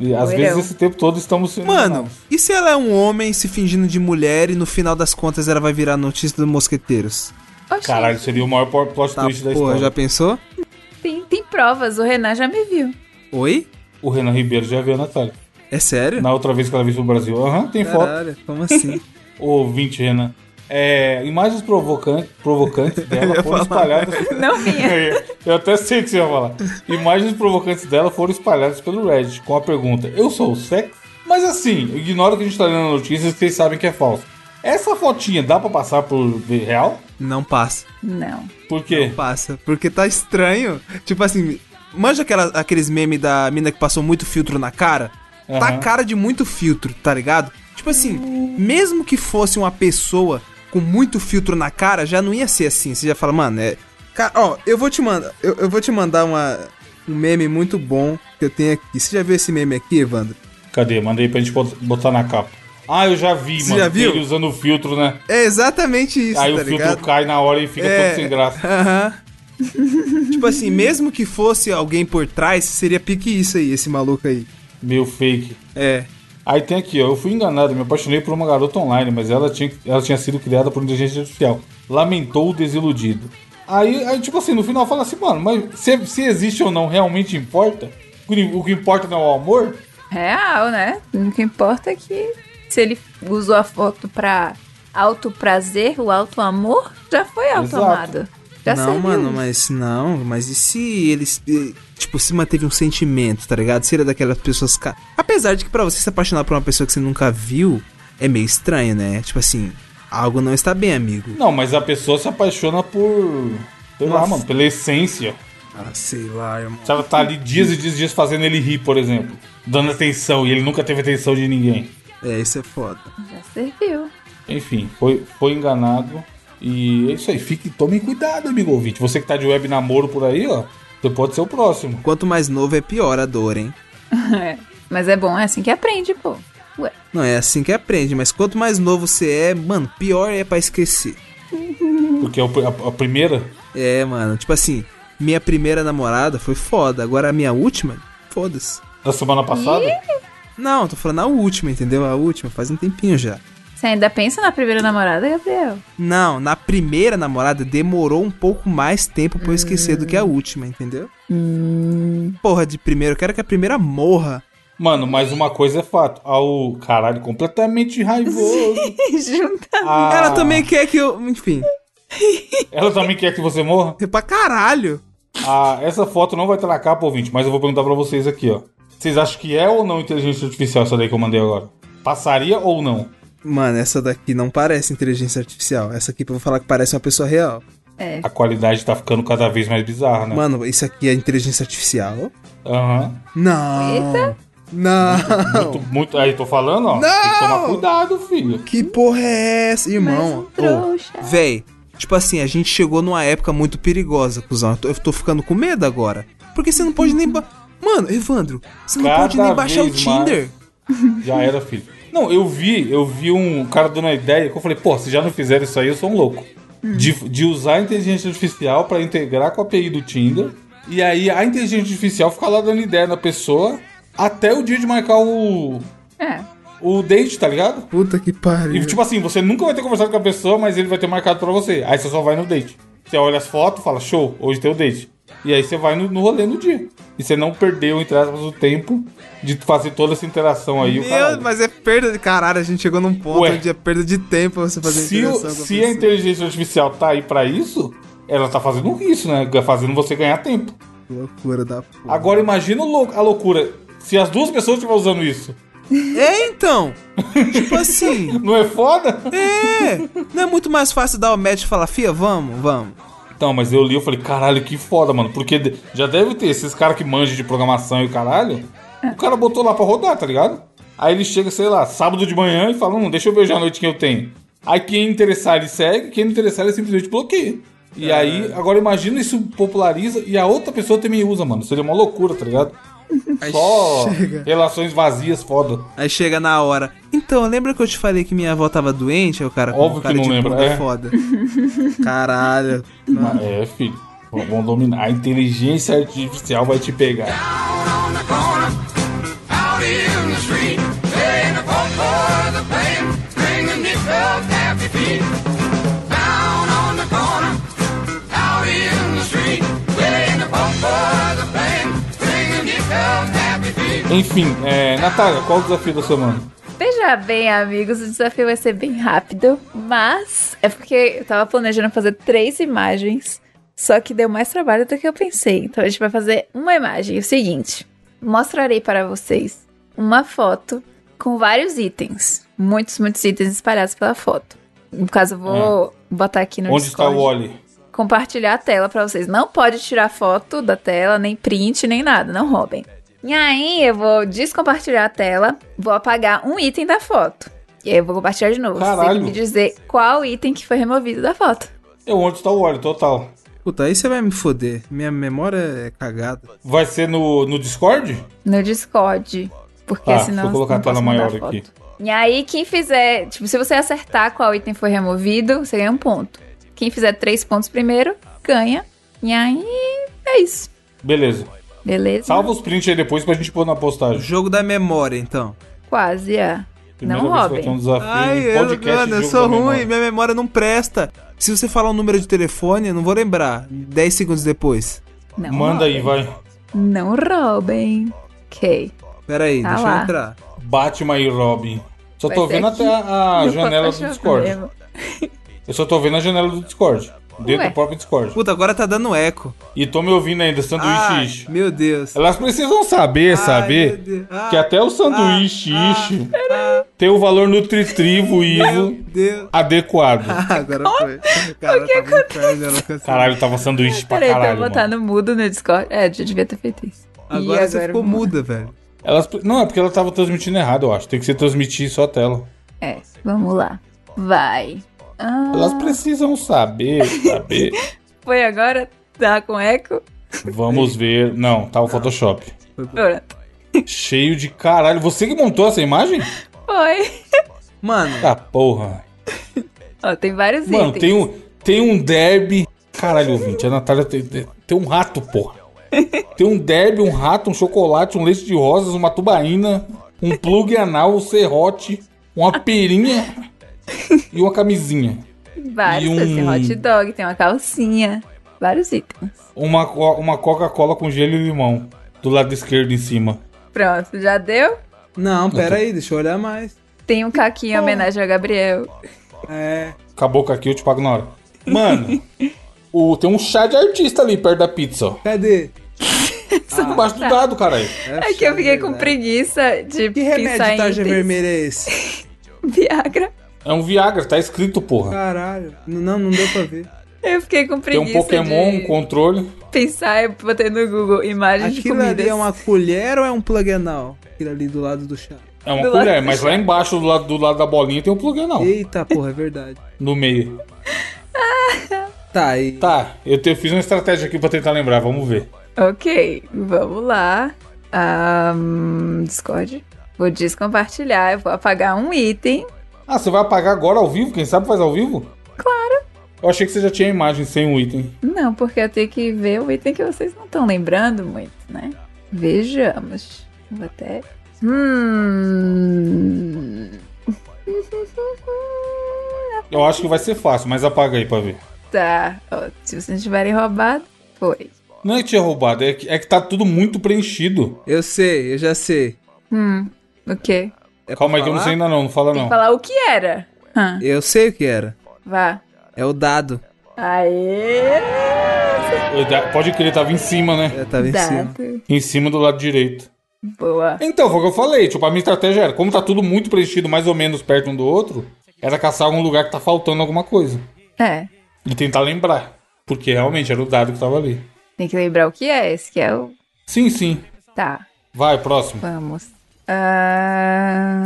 E às Doidão. vezes esse tempo todo estamos sendo. Mano, enganados. e se ela é um homem se fingindo de mulher e no final das contas ela vai virar notícia dos mosqueteiros? Oxi, Caralho, seria o maior plot Tá, twist da porra, história. já pensou? Tem, tem provas, o Renan já me viu. Oi? O Renan Ribeiro já viu a Natália. É sério? Na outra vez que ela veio pro Brasil. Aham, tem foto. Caralho, como assim? Ô, ouvinte, Renan. É, imagens provocantes, provocantes dela foram espalhadas. Não minha. Eu até sei o que você ia falar. Imagens provocantes dela foram espalhadas pelo Reddit com a pergunta: Eu sou o sexo? Mas assim, ignora que a gente tá lendo a notícia, vocês sabem que é falso. Essa fotinha dá pra passar por real? não passa. Não. Por quê? Passa. Porque tá estranho. Tipo assim, manja aquela, aqueles memes da mina que passou muito filtro na cara? Tá a Aham. cara de muito filtro, tá ligado? Tipo assim, mesmo que fosse uma pessoa com muito filtro na cara, já não ia ser assim. Você já fala, mano, é. Cara, ó, eu vou te mandar. Eu, eu vou te mandar uma, um meme muito bom que eu tenho aqui. Você já viu esse meme aqui, Evandro? Cadê? Mandei pra gente bot- botar na capa. Ah, eu já vi, Você mano. já viu? Ele usando o filtro, né? É exatamente isso, Aí tá o filtro ligado? É. cai na hora e fica todo sem graça. aham. tipo assim, mesmo que fosse alguém por trás, seria pique isso aí, esse maluco aí. Meio fake. É. Aí tem aqui, ó. Eu fui enganado, me apaixonei por uma garota online, mas ela tinha, ela tinha sido criada por inteligência artificial. Lamentou o desiludido. Aí, aí, tipo assim, no final fala assim, mano, mas se, se existe ou não realmente importa? O que- O que importa não é o amor? Real, né? O que importa é que se ele usou a foto pra alto prazer, o alto amor, já foi alto Exato. amado. Já não, serviu. mano, mas não, mas e se eles. eh, Tipo, se manteve um sentimento, tá ligado? Se ele é daquelas pessoas. ca- Apesar de que pra você se apaixonar por uma pessoa que você nunca viu, é meio estranho, né? Tipo assim, algo não está bem, amigo. Não, mas a pessoa se apaixona por. Sei lá, Nossa. mano, pela essência. Ah, sei lá, irmão. Se ela tá ali dias e dias e dias fazendo ele rir, por exemplo. Dando atenção, e ele nunca teve atenção de ninguém. É, isso é foda. Já serviu. Enfim, foi, foi enganado. E é isso aí. Fique, tome cuidado, amigo ouvinte. Você que tá de web namoro por aí, ó. Você pode ser o próximo. Quanto mais novo é pior a dor, hein? Mas é bom, é assim que aprende, pô. Ué, Não é assim que aprende, mas quanto mais novo você é, mano, pior é pra esquecer. Porque é o pr- a, a primeira. É, mano, tipo assim, minha primeira namorada foi foda, agora a minha última, foda-se. Da semana passada? Não, tô falando a última, entendeu? A última, faz um tempinho já. Você ainda pensa na primeira namorada, Gabriel? Não, na primeira namorada demorou um pouco mais tempo pra eu esquecer do que a última, entendeu? Porra de primeiro, eu quero que a primeira morra. Mano, mas uma coisa é fato. Ao caralho, completamente raivoso. Junta. Ah, Ela também quer que eu. Enfim, Ela também quer que você morra? é pra caralho. Ah, essa foto não vai estar na capa, ouvinte, mas eu vou perguntar pra vocês aqui, ó. Vocês acham que é ou não inteligência artificial essa daí que eu mandei agora? Passaria ou não? Mano, essa daqui não parece inteligência artificial. Essa aqui eu vou falar que parece uma pessoa real. É. A qualidade tá ficando cada vez mais bizarra, né? Mano, isso aqui é inteligência artificial? Aham. Não. Eita. Não. Muito, muito. Aí, tô falando, ó. Não! Tem que tomar cuidado, filho. Que porra é essa, irmão? Mais um trouxa. Ô, véi, tipo assim, a gente chegou numa época muito perigosa, cuzão. Eu tô, eu tô ficando com medo agora. Porque você não pode nem. ba- Mano, Evandro, você não Cada pode nem baixar o vez mais. Tinder. Já era, filho. Não, eu vi, eu vi um cara dando uma ideia que eu falei, pô, se já não fizeram isso aí, eu sou um louco. Hum. De, de usar a inteligência artificial pra integrar com a API do Tinder. E aí a inteligência artificial fica lá dando ideia na pessoa até o dia de marcar o, É. o date, tá ligado? Puta que E pariu. tipo assim, você nunca vai ter conversado com a pessoa, mas ele vai ter marcado pra você. Aí você só vai no date. Você olha as fotos, fala, show, hoje tem o date. E aí você vai no, no rolê no dia. E você não perdeu, entre aspas, o tempo de fazer toda essa interação aí. o Meu, caralho. mas é perda de caralho. A gente chegou num ponto Ué. onde é perda de tempo pra você fazer se, interação o- com a se a pessoa. inteligência artificial tá aí pra isso, ela tá fazendo isso, né? Fazendo você ganhar tempo. Loucura da porra. Agora imagina o lou- a loucura. Se as duas pessoas estiverem usando isso, É, então. tipo assim. não é foda? É! Não é muito mais fácil dar o match e falar, Fia, vamos, vamos. Então, mas eu li e falei, caralho, que foda, mano. Porque de- já deve ter esses caras que manjam de programação e o caralho. O cara botou lá pra rodar, tá ligado? Aí ele chega, sei lá, sábado de manhã e fala, hum, deixa eu ver hoje à noite quem eu tenho. Aí quem interessar ele segue, quem não interessar ele simplesmente bloqueia. E aí, agora imagina isso populariza e a outra pessoa também usa, mano. Seria uma loucura, tá ligado? Aí Só chega. relações vazias, foda. Aí chega na hora. Então, lembra que eu te falei que minha avó tava doente? Aí o cara Óbvio o cara que não lembra, bunda é. foda. Caralho. Mano, É, filho. Vão dominar. A inteligência artificial vai te pegar. Out in the street, paying the pump for the pain, bring the nickel tap your feet. Down on the corner, out in the street, paying the pump for the pain, bring the nickel tap your feet. Enfim, é, Natália, qual o desafio da semana? Veja bem, amigos, o desafio vai ser bem rápido, mas é porque eu tava planejando fazer três imagens, só que deu mais trabalho do que eu pensei. Então a gente vai fazer uma imagem. É O seguinte, mostrarei para vocês uma foto com vários itens, muitos, muitos itens espalhados pela foto. No caso, eu vou botar aqui no Hum. Onde está Discord o Oli? compartilhar a tela pra vocês. Não pode tirar foto da tela, nem print, nem nada, não roubem. E aí eu vou descompartilhar a tela, vou apagar um item da foto. E aí eu vou compartilhar de novo. Vocês têm Caralho. que me dizer qual item que foi removido da foto. É onde está o Oli, total. puta, aí você vai me foder. Minha memória é cagada. Vai ser no, no Discord? No Discord. Porque Tá, senão. deixa eu colocar não a tela posso mandar maior foto. aqui. E aí, quem fizer. Tipo, se você acertar qual item foi removido, você ganha um ponto. Quem fizer três pontos primeiro, ganha. E aí, é isso. Beleza. Beleza? Salva os prints aí depois pra gente pôr na O postagem. jogo da memória, então. Quase, é. Primeira não vez que vai ter roubem. um desafio Ai, em eu, podcast. mano, eu jogo sou da ruim, memória. minha memória não presta. Se você falar um número de telefone, eu não vou lembrar. 10 segundos depois. Não Manda aí, vai. Não roubem. Ok. Pera aí, Tá deixa eu lá. entrar. Batman e Robin. Só Vai tô ser vendo aqui. até a, a Não janela posso do achar Discord. problema. Eu só tô vendo a janela do Discord. Dentro Ué. do próprio Discord. Puta, agora tá dando eco. E tô me ouvindo ainda, Ai, sanduíche. ish. meu Deus. Elas precisam saber, saber, meu Deus. Ai, que até o sanduíche ah, ish ah, tem o valor nutritivo e Meu Deus. adequado. Ah, agora foi. Cara, tá muito tarde, eu não consigo. Caralho, tava sanduíche pra Ah, Peraí, pra eu caralho, botar mano. no mudo no Discord. É, eu já devia ter feito isso. Agora, E você ficou vamos- muda, velho. Elas... Não, é porque ela tava transmitindo errado, eu acho. Tem que ser transmitir só a tela. É, vamos lá. Vai. Ah, Elas precisam saber, saber. foi agora? Tá com eco? Vamos ver. Não, tá o Photoshop. Pronto. Cheio de caralho. Você que montou essa imagem? Foi. Mano, Ah, porra. Ó, tem vários Mano, itens. tem um, tem um derby. Caralho, ouvinte, a Natália tem, tem- tem um rato, porra. Tem um derby, um rato, um chocolate, um leite de rosas, uma tubaína, um plug anal, um serrote, uma perinha e uma camisinha. Vários. e um- Tem hot dog, tem uma calcinha. Vários itens. Uma, co- uma Coca-Cola com gelo e limão. Do lado esquerdo em cima. Pronto, já deu? Ah. não, pera aí, deixa eu olhar mais. Tem um caquinho em homenagem ao Gabriel. É. Acabou com aqui, eu te pago na hora. Mano, o, tem um chá de artista ali perto da pizza. ó. Cadê? Ah, tá. Embaixo do dado, caralho. É que eu fiquei com preguiça de né? Que remédio pensar de em tarja itens. vermelha é esse? Viagra. É um Viagra, tá escrito, porra. Caralho. N- Não, não deu pra ver. Eu fiquei com Tem preguiça um Pokémon, um de controle. pensar e botei no Google imagem de Aquilo comidas. ali é uma colher ou é um plug anal? Aquilo ali do lado do chá. É uma Do lado colher, do mas lá embaixo, do lado, do lado da bolinha, tem um plug não. Eita porra, é verdade. No meio. Tá, aí. Tá, eu, te, eu fiz uma estratégia aqui pra tentar lembrar, vamos ver. Ok, vamos lá. Ahn, Discord. Vou descompartilhar, eu vou apagar um item. Ah, você vai apagar agora ao vivo? Quem sabe faz ao vivo? Claro. Eu achei que você já tinha a imagem sem o item. Não, porque eu tenho que ver o item que vocês não estão lembrando muito, né? Vejamos. Vou até. Hum. Eu acho que vai ser fácil, mas apaga aí pra ver. Tá. Ó, se vocês tiverem roubado, foi. Não é que tinha roubado, é que, é que tá tudo muito preenchido. Eu sei, eu já sei. O quê? É Calma pra aí que eu não falar? sei ainda não, não fala não. Falar o que era. Hã, Eu sei o que era. vá. É o dado. Aê! Eu da- Pode crer, tava em cima, né? Eu É, tava em cima. Dado. Em cima do lado direito. Boa. Então, foi o que eu falei. Tipo, a minha estratégia era, como tá tudo muito preenchido, mais ou menos perto um do outro, era caçar algum lugar que tá faltando alguma coisa. É. E tentar lembrar. Porque realmente era o dado que tava ali. Tem que lembrar o que é. Esse que é o. Sim, sim. Tá. Vai, próximo. Vamos. Ah,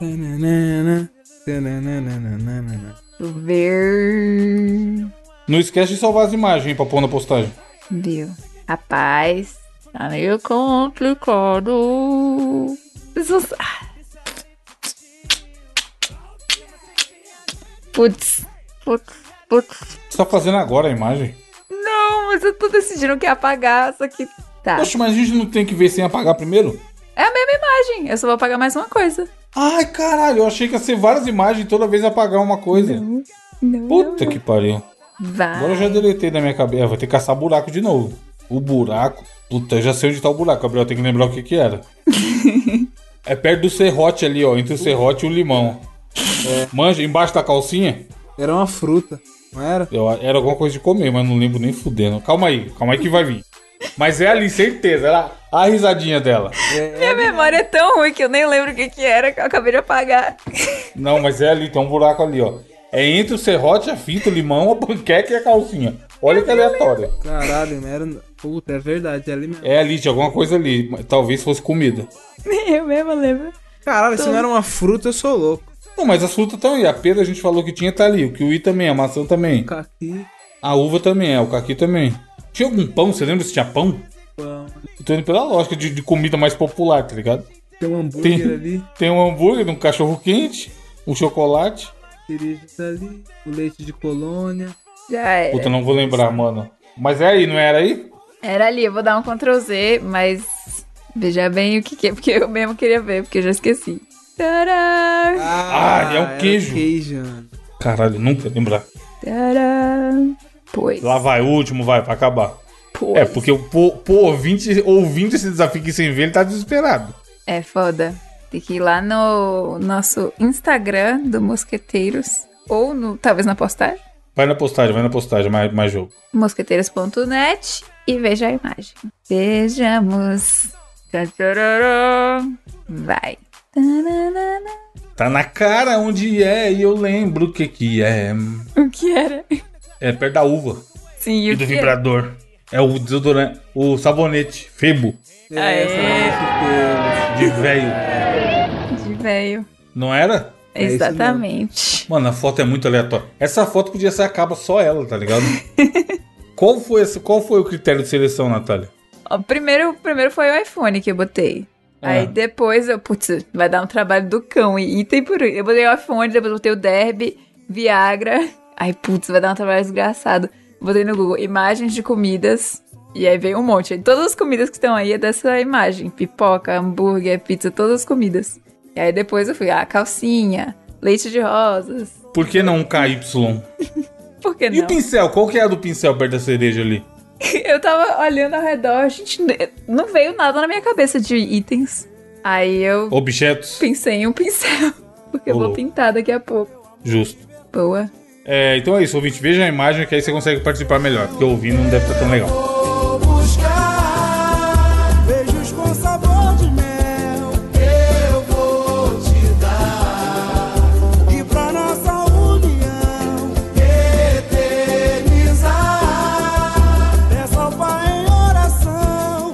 Tananana, tananana. Deixa eu ver. Não esquece de salvar as imagens hein, pra pôr na postagem. Viu? Rapaz, tá meio complicado. Vocês- Ah. Putz, putz, putz. O que você tá fazendo agora a imagem? Não, mas eu tô decidindo que é apagar, só que. Tá. Poxa, mas a gente não tem que ver sem apagar primeiro? É a mesma imagem, eu só vou apagar mais uma coisa. Ai, caralho, eu achei que ia ser várias imagens e toda vez apagar uma coisa. Não, Puta que pariu. Vai. Agora eu já deletei da minha cabeça. Ah, Vai ter que caçar buraco de novo. O buraco. Puta, eu já sei onde tá o buraco, Gabriel. Tem que lembrar o que que era. é perto do serrote ali, ó. Entre o serrote e o limão. Manja, embaixo da calcinha? Era uma fruta, não era? Eu, era alguma coisa de comer, mas não lembro nem fudendo. Calma aí, calma aí que vai vir. Mas é ali, certeza. Era a risadinha dela. Minha memória é tão ruim que eu nem lembro o que, que era que eu acabei de apagar. Não, mas é ali, tem um buraco ali, ó. É entre o serrote, a fita, o limão, a panqueca e a calcinha. Olha que aleatória. Caralho, não era. Puta, é verdade, é ali mesmo. É ali, tinha alguma coisa ali. mas Talvez fosse comida. Nem eu mesma lembro. Caralho, se não era uma fruta, eu sou louco. Não, mas as frutas estão aí. A pera a gente falou que tinha, tá ali. O kiwi também, a maçã também. Caqui, A uva também, é. O caqui também. Tinha algum pão? Você lembra se tinha pão? pão. Eu tô indo pela lógica de, de comida mais popular, tá ligado? Tem um Tem, hambúrguer ali, tem um hambúrguer, um cachorro quente, um chocolate. cerejas ali, o leite de colônia. Já era. Puta, não vou lembrar, mano. Mas é aí, não era aí? Era ali, eu vou dar um Ctrl Z, mas veja bem o que, que é, porque eu mesmo queria ver, porque eu já esqueci. Tcharam! Ah, é um era queijo. queijo, mano. Caralho, nunca lembrar. Tcharam! Pois. Lá vai, o último, vai, pra acabar. Pois. É, porque o po, po ouvinte, ouvindo esse desafio aqui sem ver, ele tá desesperado. É foda. Tem que ir lá no nosso Instagram do Mosqueteiros, ou no, talvez na postagem, Vai na postagem, vai na postagem, mais, mais jogo. mosqueteiros.net, e veja a imagem. Vejamos. Tcharam! Vai. Tananana. Tá na cara onde é e eu lembro o que que é. O que era? É perto da uva Sim, e e o do que era? vibrador. É o desodorante, o sabonete, febo, Aê. É, de velho. De velho. Não era? É isso mesmo. Exatamente. Mano, a foto é muito aleatória. Essa foto podia ser a capa só ela, tá ligado? qual, foi esse, qual foi o critério de seleção, Natália? Ó, primeiro, primeiro foi o iPhone que eu botei. É. Aí depois eu, putz, vai dar um trabalho do cão. E item por item. Eu botei o iPhone, depois eu botei o Derby, Viagra. Aí, putz, vai dar um trabalho desgraçado. Botei no Google imagens de comidas. E aí veio um monte. Aí Todas as comidas que estão aí é dessa imagem: pipoca, hambúrguer, pizza, todas as comidas. E aí depois eu fui, ah, calcinha, leite de rosas. Por que não um KY? Por que E não? o pincel? Qual que é a do pincel perto da cereja ali? Eu tava olhando ao redor, gente, não veio nada na minha cabeça de itens. Aí eu Objetos? pensei em um pincel, porque eu vou Rolou. pintar daqui a pouco. Justo. Boa. É, então é isso, ouvinte. Veja a imagem que aí você consegue participar melhor. Porque ouvindo não deve estar tão legal. Vou buscar beijos com sabor de mel. Eu vou te dar e pra nossa união eternizar. Peço ao Pai É em oração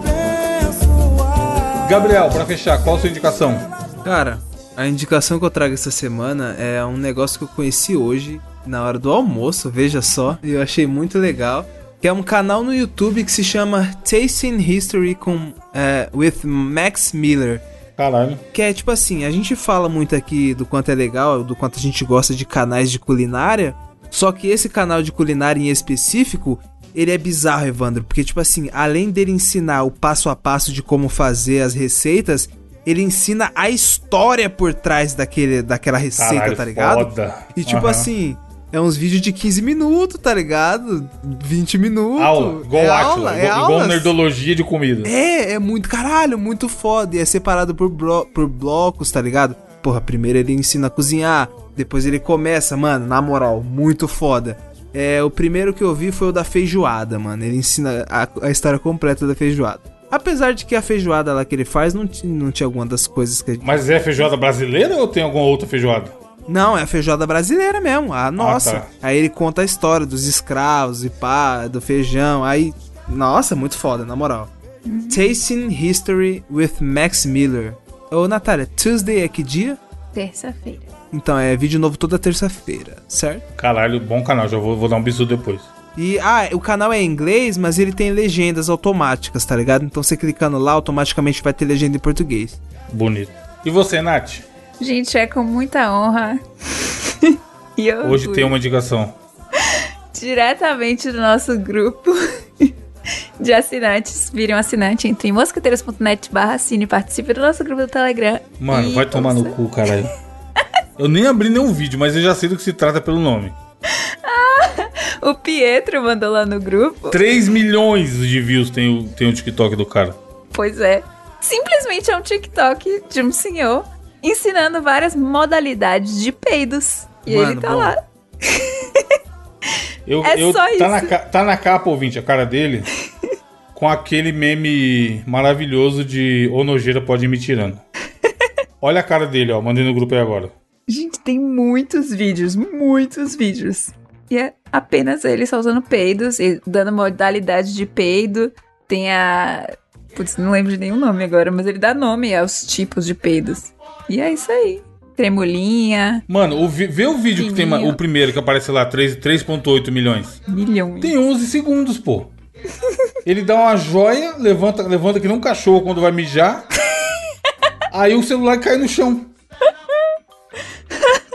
abençoar. Gabriel, pra fechar, qual a sua indicação? Cara, a indicação que eu trago essa semana é um negócio que eu conheci hoje, na hora do almoço, veja só, e eu achei muito legal. Que é um canal no YouTube que se chama Tasting History com, é, with Max Miller. Caralho. Que é tipo assim, a gente fala muito aqui do quanto é legal, do quanto a gente gosta de canais de culinária. Só que esse canal de culinária em específico, ele é bizarro, Evandro. Porque, tipo assim, além dele ensinar o passo a passo de como fazer as receitas, ele ensina a história por trás daquele, daquela receita, Caralho, tá ligado? foda. E tipo Aham. assim, é uns vídeos de 15 minutos, tá ligado? 20 minutos. Aula, igual é Átila, aula, é igual, igual aulas. nerdologia de comida. É, é muito caralho, muito foda. E é separado por, blo- por blocos, tá ligado? Porra, primeiro ele ensina a cozinhar, depois ele começa, mano, na moral, muito foda. É, o primeiro que eu vi foi o da feijoada, mano. Ele ensina a, a história completa da feijoada. Apesar de que a feijoada lá que ele faz não, ti- não tinha alguma das coisas que a gente. Mas é feijoada brasileira ou tem alguma outra feijoada? Não, é a feijoada brasileira mesmo, a nossa. tá. Aí ele conta a história dos escravos e pá, do feijão. Aí, nossa, é muito foda, na moral. Tasting History with Max Miller. Ô, Natália, Tuesday é que dia? Terça-feira. Então, é vídeo novo toda terça-feira, certo? Caralho, bom canal, já vou, vou dar um bisu depois. E, ah, o canal é em inglês, mas ele tem legendas automáticas, tá ligado? Então, você clicando lá, automaticamente vai ter legenda em português. Bonito. E você, Nath? Gente, é com muita honra. e eu Hoje tem um- uma indicação. diretamente do nosso grupo de assinantes. Vire um assinante entre em mosqueteiros.net barra assine, participe do nosso grupo do Telegram. Mano, e vai tomar ouça. no cu, caralho. Eu nem abri nenhum vídeo, mas eu já sei do que se trata pelo nome. O Pietro mandou lá no grupo. 3 milhões de views tem o, tem o TikTok do cara. Pois é. Simplesmente é um TikTok de um senhor ensinando várias modalidades de peidos. E Mano, ele tá bom. lá. Eu, É eu- só tá Na, isso. ca- tá na capa, ouvinte, a cara dele. com aquele meme maravilhoso de Ô nojeira pode ir me tirando. Olha a cara dele, ó. Mandei no grupo aí agora. Gente, tem muitos vídeos, muitos vídeos. E é apenas ele soltando peidos e dando modalidade de peido. Tem a. Putz, não lembro de nenhum nome agora, mas ele dá nome aos tipos de peidos. E é isso aí. Tremulinha, Mano, o vi- vê o vídeo que tem. ma- Fininho. O primeiro que aparece lá, 3 3,8 milhões. milhões. Tem 11 segundos, pô. Ele dá uma joia, levanta, levanta que nem um cachorro quando vai mijar. aí o celular cai no chão.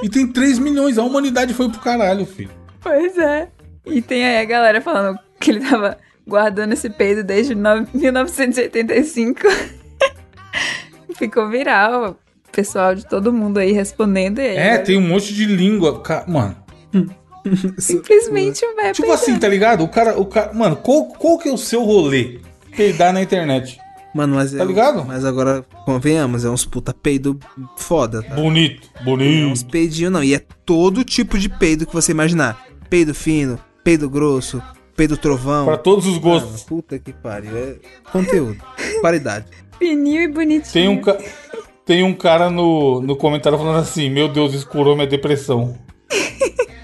E tem 3 milhões. A humanidade foi pro caralho, filho. Pois é. E tem aí a galera falando que ele tava guardando esse peido desde no- 1985. Ficou viral. O Pessoal de todo mundo aí respondendo. E É, aí, galera, tem um monte de língua. ca- Mano. Simplesmente vai Tipo peidar. assim, tá ligado? O cara, o cara. Mano, qual, qual que é o seu rolê? Peidar na internet. Mano, mas Tá ligado? Mas agora, convenhamos, é uns puta peido foda, tá? Bonito, uns bonito. peidinhos não. E é todo tipo de peido que você imaginar. Peido fino, peido grosso, peido trovão. Pra todos os Mano, gostos. puta que pariu. É conteúdo. Qualidade. Fininho e bonitinho. Tem um, ca- tem um cara no, no comentário falando assim: Meu Deus, isso curou minha depressão.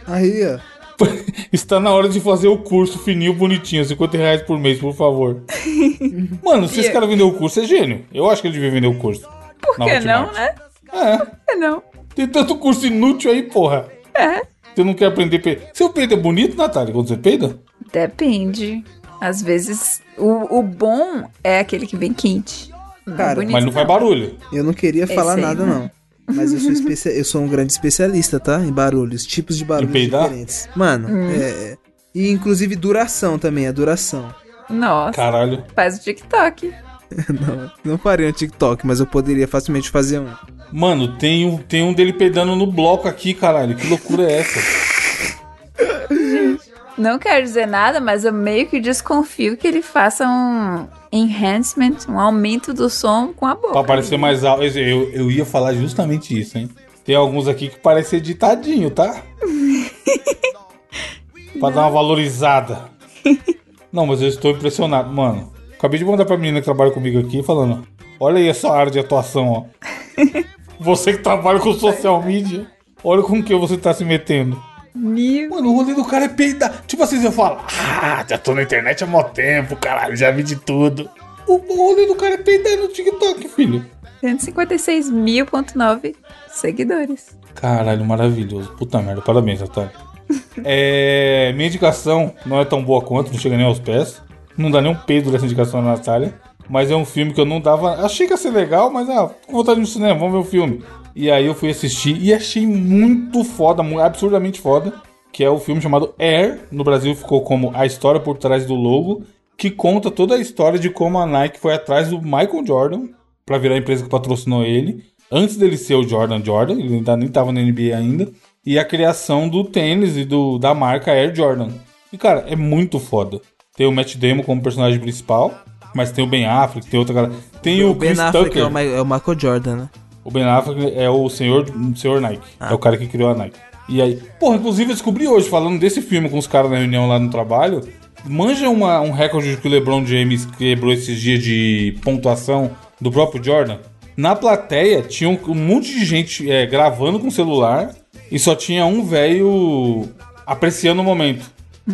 Aí, ó. Está na hora de fazer o curso fininho, bonitinho, 50 reais por mês, por favor. Mano, se esse cara vender o curso, é gênio. Eu acho que ele devia vender o curso. Por na que não, Hotmart. né? É, Por que não? tem tanto curso inútil aí, porra. É. Você não quer aprender peido. Seu peido é bonito, Natália, quando você peida? Depende. Às vezes, o, o bom é aquele que vem quente. Cara, bonito, Mas não faz barulho. Eu não queria falar sei, nada, né? não. Mas eu sou, especia- eu sou um grande especialista, tá? Em barulhos, tipos de barulhos peidar? diferentes. Mano, é. é- E inclusive duração também, a duração. Nossa, Caralho. faz o TikTok. Não, não faria um TikTok, mas eu poderia facilmente fazer um. Mano, tem um, tem um dele pedando no bloco aqui, caralho. Que loucura é essa? Não quero dizer nada, mas eu meio que desconfio que ele faça um enhancement, um aumento do som com a Pra boca. parecer mais alto. Eu, eu- eu ia falar justamente isso, hein? Tem alguns aqui que parece editadinho, tá? pra dar uma valorizada. Não, mas eu estou impressionado, mano. Acabei de mandar pra menina que trabalha comigo aqui falando: Olha aí essa área de atuação, ó. Você que trabalha com social media, olha com que você tá se metendo. Meu Mano, o rolê do cara é peidar. Tipo assim, você fala, ah, já tô na internet há mó tempo, caralho, já vi de tudo. O o rolê do cara é peidar no TikTok, filho. 156.9 seguidores. Caralho, maravilhoso. Puta merda, parabéns, Natália. É, minha indicação não é tão boa quanto, não chega nem aos pés. Não dá nem um peido dessa indicação da Natália. Mas é um filme que eu não dava. Achei que ia ser legal, mas ah, com vontade de ir no cinema, vamos ver o filme. E aí eu fui assistir e achei muito foda, mu- absurdamente foda. Que é o filme chamado Air. No Brasil ficou como A História por Trás do Logo. Que conta toda a história de como a Nike foi atrás do Michael Jordan para virar a empresa que patrocinou ele, antes dele ser o Jordan Jordan, ele ainda nem tava na NBA ainda, e a criação do tênis e do, da marca Air Jordan. E cara, é muito foda. Tem o Matt Damon como personagem principal, mas tem o Ben Affleck, tem outra galera. Tem o, Ben Chris Affleck Tucker. é o, Ma- é o Michael Jordan, né? O Ben Affleck é o senhor, o senhor Nike. É o cara que criou a Nike. E aí, porra, inclusive eu descobri hoje, falando desse filme com os caras na reunião lá no trabalho, manja uma- um recorde que o LeBron James quebrou esses dias de pontuação do próprio Jordan. Na plateia tinha um, um monte de gente é, gravando com celular e só tinha um velho apreciando o momento.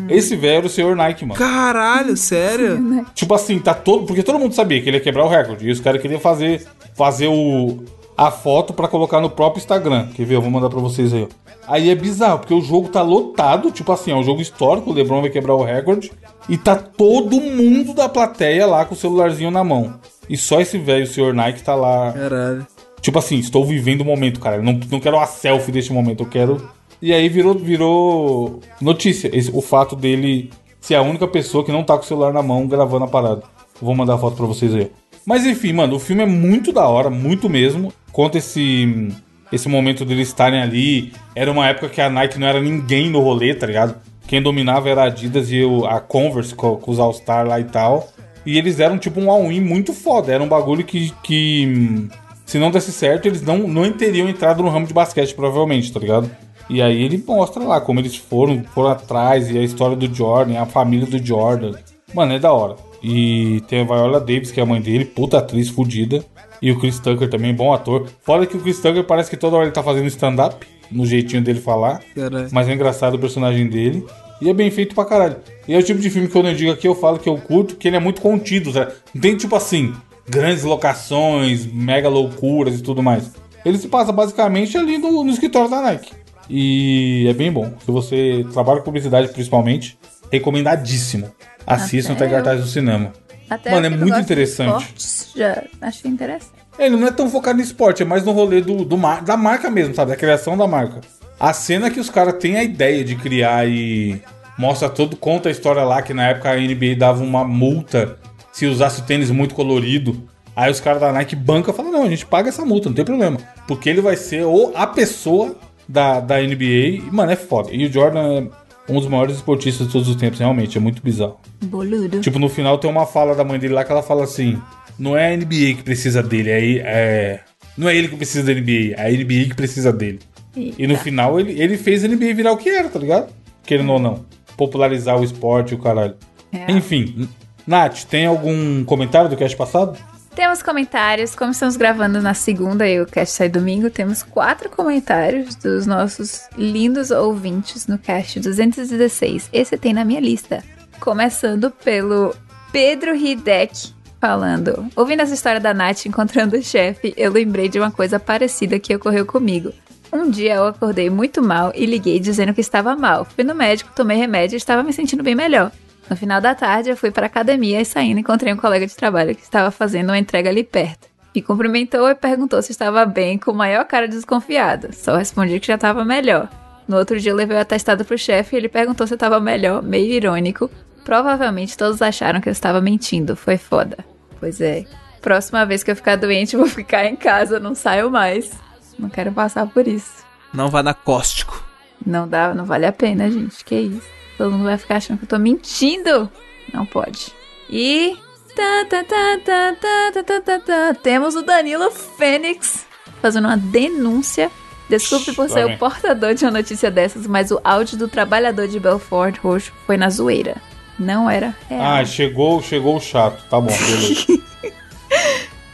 Esse velho era o senhor Nike, mano. Caralho, sério? Tipo assim, tá todo. Porque todo mundo sabia que ele ia quebrar o recorde. E os caras queriam fazer, fazer o, a foto pra colocar no próprio Instagram. Quer ver? Eu vou mandar pra vocês aí, ó. Aí é bizarro, porque o jogo tá lotado. Tipo assim, é um jogo histórico. O Lebron vai quebrar o recorde. E tá todo mundo da plateia lá com o celularzinho na mão. E só esse velho, o senhor Nike, tá lá. Caralho. Tipo assim, estou vivendo o momento, cara. Eu Não, não quero uma selfie deste momento, eu quero. E aí virou, virou notícia. esse- o fato dele ser a única pessoa que não tá com o celular na mão gravando a parada. Vou mandar a foto pra vocês aí. Mas enfim, mano, o filme é muito da hora, muito mesmo. Conta esse, esse momento deles estarem ali. Era uma época que a Nike não era ninguém no rolê, tá ligado? Quem dominava era a Adidas e o- a Converse co- com os All-Star lá e tal. E eles eram tipo um all-in muito foda. Era um bagulho que, que hum, se não desse certo, eles não, não teriam entrado no ramo de basquete, provavelmente, tá ligado? E aí ele mostra lá como eles foram, foram atrás, e a história do Jordan, a família do Jordan. Mano, é da hora. E tem a Viola Davis, que é a mãe dele, puta atriz fodida. E o Chris Tucker também, bom ator. Fora que o Chris Tucker parece que toda hora ele tá fazendo stand-up, no jeitinho dele falar. Caralho. Mas é engraçado o personagem dele. E é bem feito pra caralho. E é o tipo de filme que eu não digo aqui, eu falo que eu curto, que ele é muito contido, sabe? Não tem tipo assim, grandes locações, mega loucuras e tudo mais. Ele se passa basicamente ali no, no escritório da Nike. E é bem bom. Se você trabalha com publicidade principalmente, recomendadíssimo. Assista Até até Cartaz do Cinema. Até Mano, é eu que não muito gosto de interessante. esportes, já achei interessante. Ele não é tão focado no esporte, é mais no rolê do, do mar- da marca mesmo, sabe? Da criação da marca. A cena que os caras têm a ideia de criar e mostra todo, conta a história lá que na época a NBA dava uma multa se usasse o tênis muito colorido. Aí os caras da Nike banca e falam: não, a gente paga essa multa, não tem problema. Porque ele vai ser ou a pessoa da, da NBA. E, mano, é foda. E o Jordan é um dos maiores esportistas de todos os tempos, realmente. É muito bizarro. Boludo. Tipo, no final tem uma fala da mãe dele lá que ela fala assim: não é a NBA que precisa dele, aí é. Não é ele que precisa da NBA, é a NBA que precisa dele. E no final ele, ele fez a NBA virar o que era, tá ligado? Querendo ou não. Popularizar o esporte, o caralho. É. Enfim, Nath, tem algum comentário do cast passado? Temos comentários, como estamos gravando na segunda e o cast sai domingo, temos quatro comentários dos nossos lindos ouvintes no cast 216. Esse tem na minha lista. Começando pelo Pedro Hideck falando: Ouvindo essa história da Nath encontrando o chefe, eu lembrei de uma coisa parecida que ocorreu comigo. Um dia eu acordei muito mal e liguei dizendo que estava mal. Fui no médico, tomei remédio e estava me sentindo bem melhor. No final da tarde, eu fui para academia e saindo encontrei um colega de trabalho que estava fazendo uma entrega ali perto. Me cumprimentou e perguntou se estava bem, com a maior cara desconfiada. Só respondi que já estava melhor. No outro dia, eu levei o atestado pro chefe e ele perguntou se eu estava melhor, meio irônico. Provavelmente todos acharam que eu estava mentindo. Foi foda. Pois é. Próxima vez que eu ficar doente, eu vou ficar em casa, não saio mais. Não quero passar por isso. Não vá na Cóstico. Não dá, não vale a pena, gente. Que isso? Todo mundo vai ficar achando que eu tô mentindo. Não pode. E. tá, tá, tá, tá, tá, tá, tá, tá, tá. Temos o Danilo Fênix fazendo uma denúncia. Desculpe por ser Lá vem. o portador de uma notícia dessas, mas o áudio do trabalhador de Belfort Roxo foi na zoeira. Não era real. Ah, chegou, chegou o chato. Tá bom, beleza.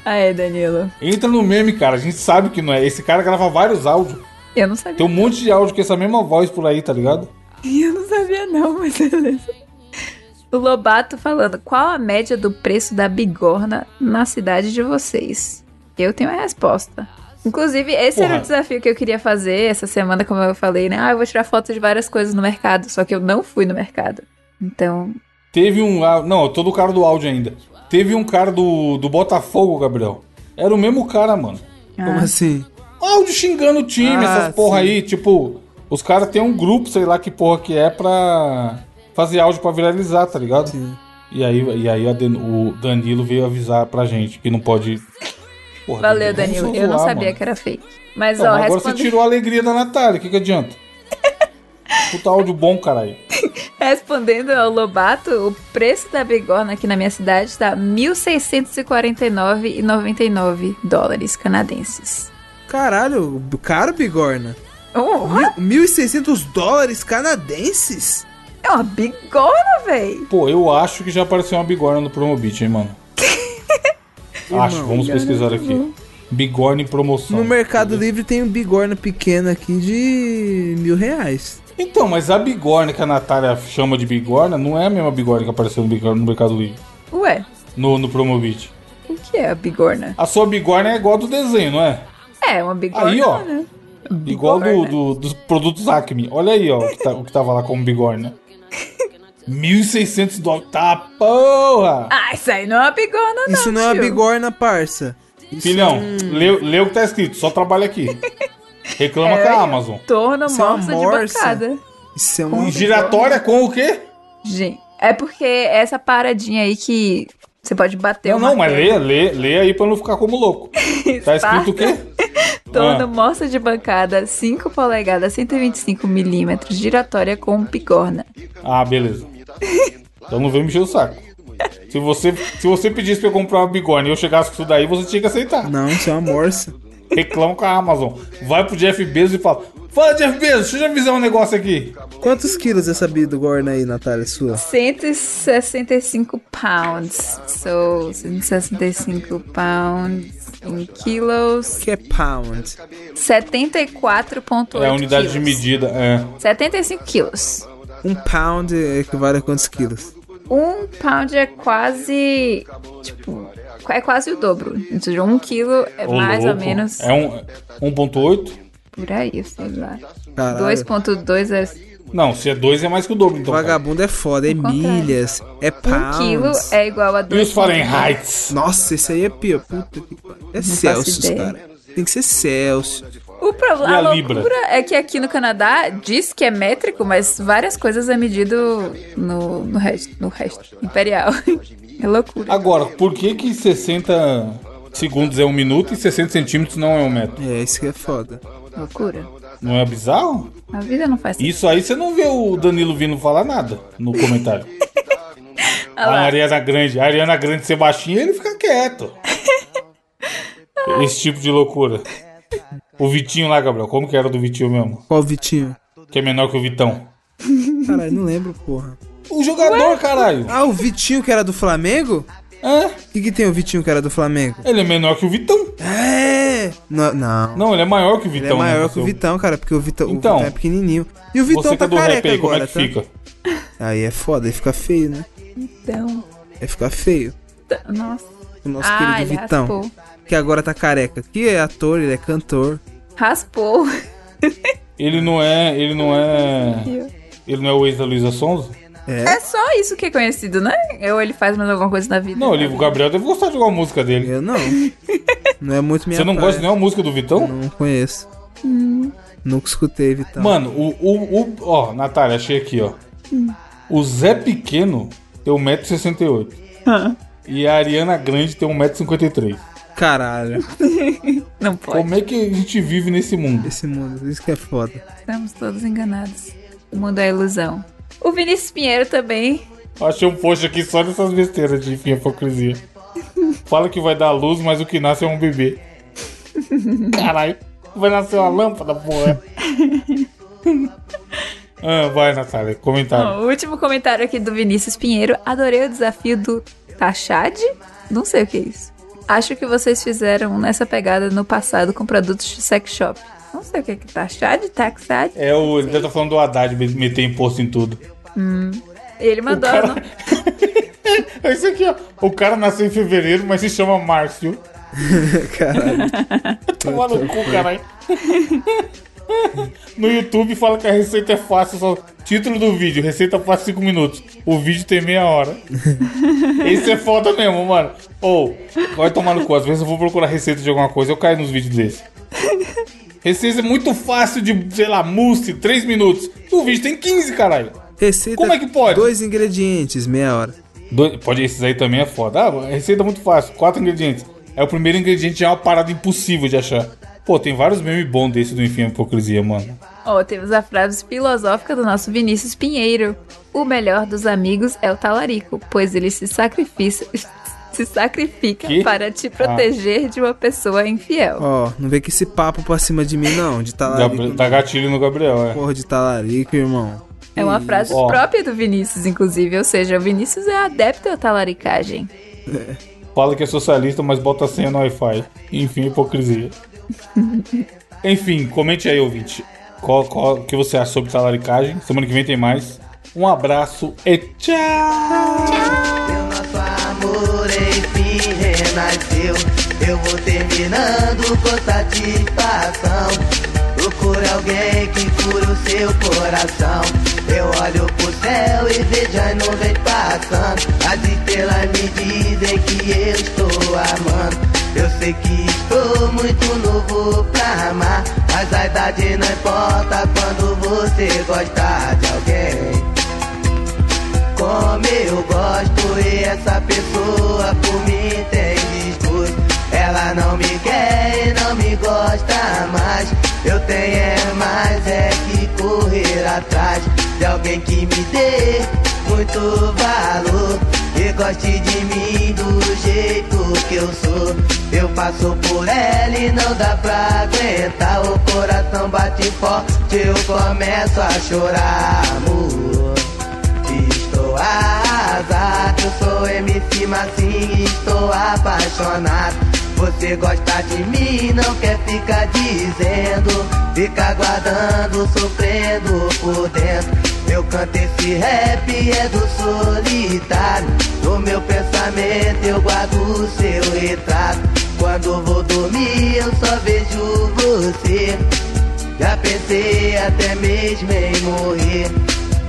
Ah, Aê, Danilo. Entra no meme, cara. A gente sabe que não é. Esse cara grava vários áudios. Eu não sabia. Tem um monte de áudio com essa mesma voz por aí, tá ligado? Eu não sabia não, mas beleza. O Lobato falando, qual a média do preço da bigorna na cidade de vocês? Eu tenho a resposta. Inclusive, esse era Porra. o desafio que eu queria fazer essa semana, como eu falei, né? Ah, eu vou tirar foto de várias coisas no mercado, só que eu não fui no mercado. Então, Teve um. ah, Não, eu tô do cara do áudio ainda. Teve um cara do, do Botafogo, Gabriel. Era o mesmo cara, mano. Ah. Como assim? Áudio xingando o time, Ah, essas porra sim. aí. Tipo, os caras têm um grupo, sei lá que porra que é, pra fazer áudio pra viralizar, tá ligado? E aí, e aí a Den- o Danilo veio avisar pra gente que não pode. Porra, vamos valeu, só Danilo. Eu não zoar, sabia mano. que era fake. Mas, Não, ó, agora responde... você tirou a alegria da Natália, o que, que adianta? Puta áudio bom, caralho. Respondendo ao Lobato, o preço da bigorna aqui na minha cidade tá 1.649,99 dólares canadenses. Caralho, caro bigorna. Oh, Mil- 1.600 dólares canadenses? é uma bigorna, véi! Pô, eu acho que já apareceu uma bigorna no Promobit, hein, mano? acho, vamos pesquisar aqui. Bigorna em promoção. No Mercado Livre tem um bigorna pequeno aqui de mil reais. Então, mas a bigorna que a Natália chama de bigorna não é a mesma bigorna que apareceu no, bigorna, no Mercado Livre, Ué, no, no Promobit. o que é a bigorna? A sua bigorna é igual a do desenho, não é? É, uma bigorna, Aí, ó. né? Igual do, Bigorna. do- dos produtos Acme. Olha aí, ó, o que, tá- o que tava lá como bigorna. 1.600 dólares. Tá, porra! Ah, isso aí não é uma bigorna, não, Isso não é uma tio. bigorna, parça. Isso Filhão, é um- lê, lê o que tá escrito, só trabalha aqui. Reclama É, com a Amazon. Torno Isso é uma morsa de morsa. bancada. Isso é um... E Giratória com o quê? Gente, é porque essa paradinha aí que você pode bater Não, o não, mas martelo. lê, lê, lê aí pra não ficar como louco. Tá escrito o quê? Torno Ah. morsa de bancada, 5 polegadas, 125 milímetros, giratória com bigorna. Ah, beleza. Então não vem mexer o saco. Se você, se você pedisse pra eu comprar uma bigorna e eu chegasse com isso daí, você tinha que aceitar. Não, isso é uma morsa. Reclama com a Amazon. Vai pro Jeff Bezos e fala: Fala, Jeff Bezos, deixa eu te avisar um negócio aqui. Quantos quilos essa bigorna aí, Natália, sua? 165 pounds. So, 165 pounds em quilos. Que é pound. 74,8 É a unidade quilos. de medida. É. 75 quilos. Um pound equivale a quantos quilos? Um pound é quase. Tipo, é quase o dobro. Ou seja, um quilo é Ô, mais ou louco. menos É um 1,8? por aí, sei lá. Caralho. 2,2 é. Não, se é 2 é mais que o dobro, então. cara. Vagabundo é foda, é contrário. milhas, é Um pounds. quilo é igual a E os 2. Fahrenheit? Nossa, esse aí é pior. Puta que pariu. É Celsius, ideia. cara. Tem que ser Celsius. O E problema, a a libra? loucura é que aqui no Canadá diz que é métrico, mas várias coisas é medido no, no resto, no resto imperial. É loucura. Agora, por que que 60 segundos é um minuto e 60 centímetros não é um metro? É, isso que é foda. Loucura. Não é bizarro? A vida não faz Isso aí você não vê o Danilo vindo falar nada no comentário. Olha A lá. Ariana Grande, a Ariana Grande ser baixinha, ele fica quieto. Esse tipo de loucura. O Vitinho lá, Gabriel, como que era do Vitinho mesmo? Qual o Vitinho? Que é menor que o Vitão. Caralho, não lembro, porra. O jogador, caralho. Ah, o Vitinho que era do Flamengo? É, O que, que tem o Vitinho que era do Flamengo? ele é menor que o Vitão. É! Não, não. Não, ele é maior que o Ele Vitão. é né, maior que o seu- Vitão, cara, porque o Vitão, Então. o Vitão é pequenininho. E o Vitão Você que tá é do rap careca aí, como agora, é que tá? fica? Aí é foda, aí fica feio, né? Então, Aí fica feio. tá- nossa. O nosso Ah, ele querido Vitão. raspou. Que agora tá careca. Que é ator, ele é cantor. Raspou. Ele não é. Ele não é. Ele não é o ex da Luísa Sonza? É? É só isso que é conhecido, né? Ou ele faz mais alguma coisa na vida. Não, ele, o Gabriel deve gostar de alguma música dele. Eu não. Não é muito minha Você não praia. gosta de nenhuma música do Vitão? Não conheço. Nunca escutei, Vitão. Mano, o, o, o- Ó, Natália, achei aqui, ó. O Zé Pequeno tem 1,68m. E a Ariana Grande tem 1,53m. Caralho. Não pode. Como é que a gente vive nesse mundo? Esse mundo, isso que é foda. Estamos todos enganados. O mundo é ilusão. O Vinícius Pinheiro também. Achei um post aqui só dessas besteiras de enfim, hipocrisia. Fala que vai dar luz, mas o que nasce é um bebê. Caralho, vai nascer uma lâmpada, porra. ah, vai, Natália, comentário. Ó, o último comentário aqui do Vinícius Pinheiro. Adorei o desafio do Tachade? Não sei o que é isso. Acho que vocês fizeram nessa pegada no passado com produtos de sex shop. Não sei o que é que é Tachade, Taxade. É o. Ele deve tá falando do Haddad meter imposto em tudo. Ele mandou. cara- não- É isso aqui, ó. O cara nasceu em fevereiro, mas se chama Márcio. Caralho. Toma no cu, caralho. No YouTube fala que a receita é fácil, só. Título do vídeo, receita fácil 5 minutos. O vídeo tem meia hora. Isso é foda mesmo, mano. Ou, vai tomar no cu. Às vezes eu vou procurar receita de alguma coisa, eu caio nos vídeos desse. Receita é muito fácil de, sei lá, mousse, 3 minutos. O vídeo tem 15, caralho. Receita. Como é que pode? Dois ingredientes, meia hora. Dois- pode, esses aí também é foda. Ah, a receita é muito fácil. Quatro ingredientes. É o primeiro ingrediente já é uma parada impossível de achar. Pô, tem vários memes bons desse do Enfim a Hipocrisia, mano. Ó, temos a frase filosófica do nosso Vinícius Pinheiro. O melhor dos amigos é o talarico, pois ele se sacrifica, se sacrifica Que? Ah. para te proteger de uma pessoa infiel. Ó, não vem com esse papo pra cima de mim, não. De talarico. Gabri- Tá gatilho no Gabriel, é. Porra de talarico, irmão. é uma frase Ó. própria do Vinícius, inclusive. Ou seja, o Vinícius é adepto à talaricagem. Fala que é socialista, mas bota a senha no Wi-Fi. Enfim, hipocrisia. Enfim, comente aí, ouvinte. Qual, qual o que você acha sobre talaricagem? Semana que vem tem mais. Um abraço e tchau! amor enfim renasceu. Eu vou terminando com satisfação. Procure alguém que cure o seu coração. Eu olho pro céu e vejo as nuvens passando. As estrelas me dizem que eu estou amando. Eu sei que estou muito novo pra amar. Mas a idade não importa quando você gostar de alguém. Como eu gosto e essa pessoa por mim tem disposto Ela não me quer e não me gosta mais Eu tenho é mais é que correr atrás De alguém que me dê muito valor E goste de mim do jeito que eu sou Eu passo por ela e não dá pra aguentar O coração bate forte, eu começo a chorar, amor Estou arrasado, eu sou MC Massim, estou apaixonado. Você gosta de mim, não quer ficar dizendo, fica aguardando, sofrendo por dentro. Eu canto esse rap, é do solitário. No meu pensamento eu guardo o seu retrato. Quando vou dormir, eu só vejo você. Já pensei até mesmo em morrer.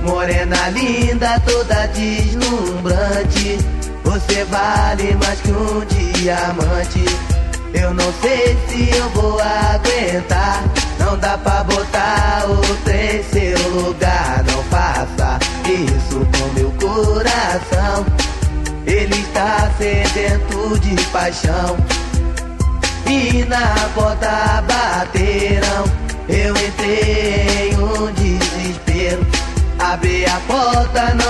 Morena linda, toda deslumbrante. Você vale mais que um diamante. Eu não sei se eu vou aguentar. Não dá pra botar outra em seu lugar. Não faça isso com meu coração. Ele está sedento de paixão e na porta bateram. Eu entrei em um desespero. Abri a porta,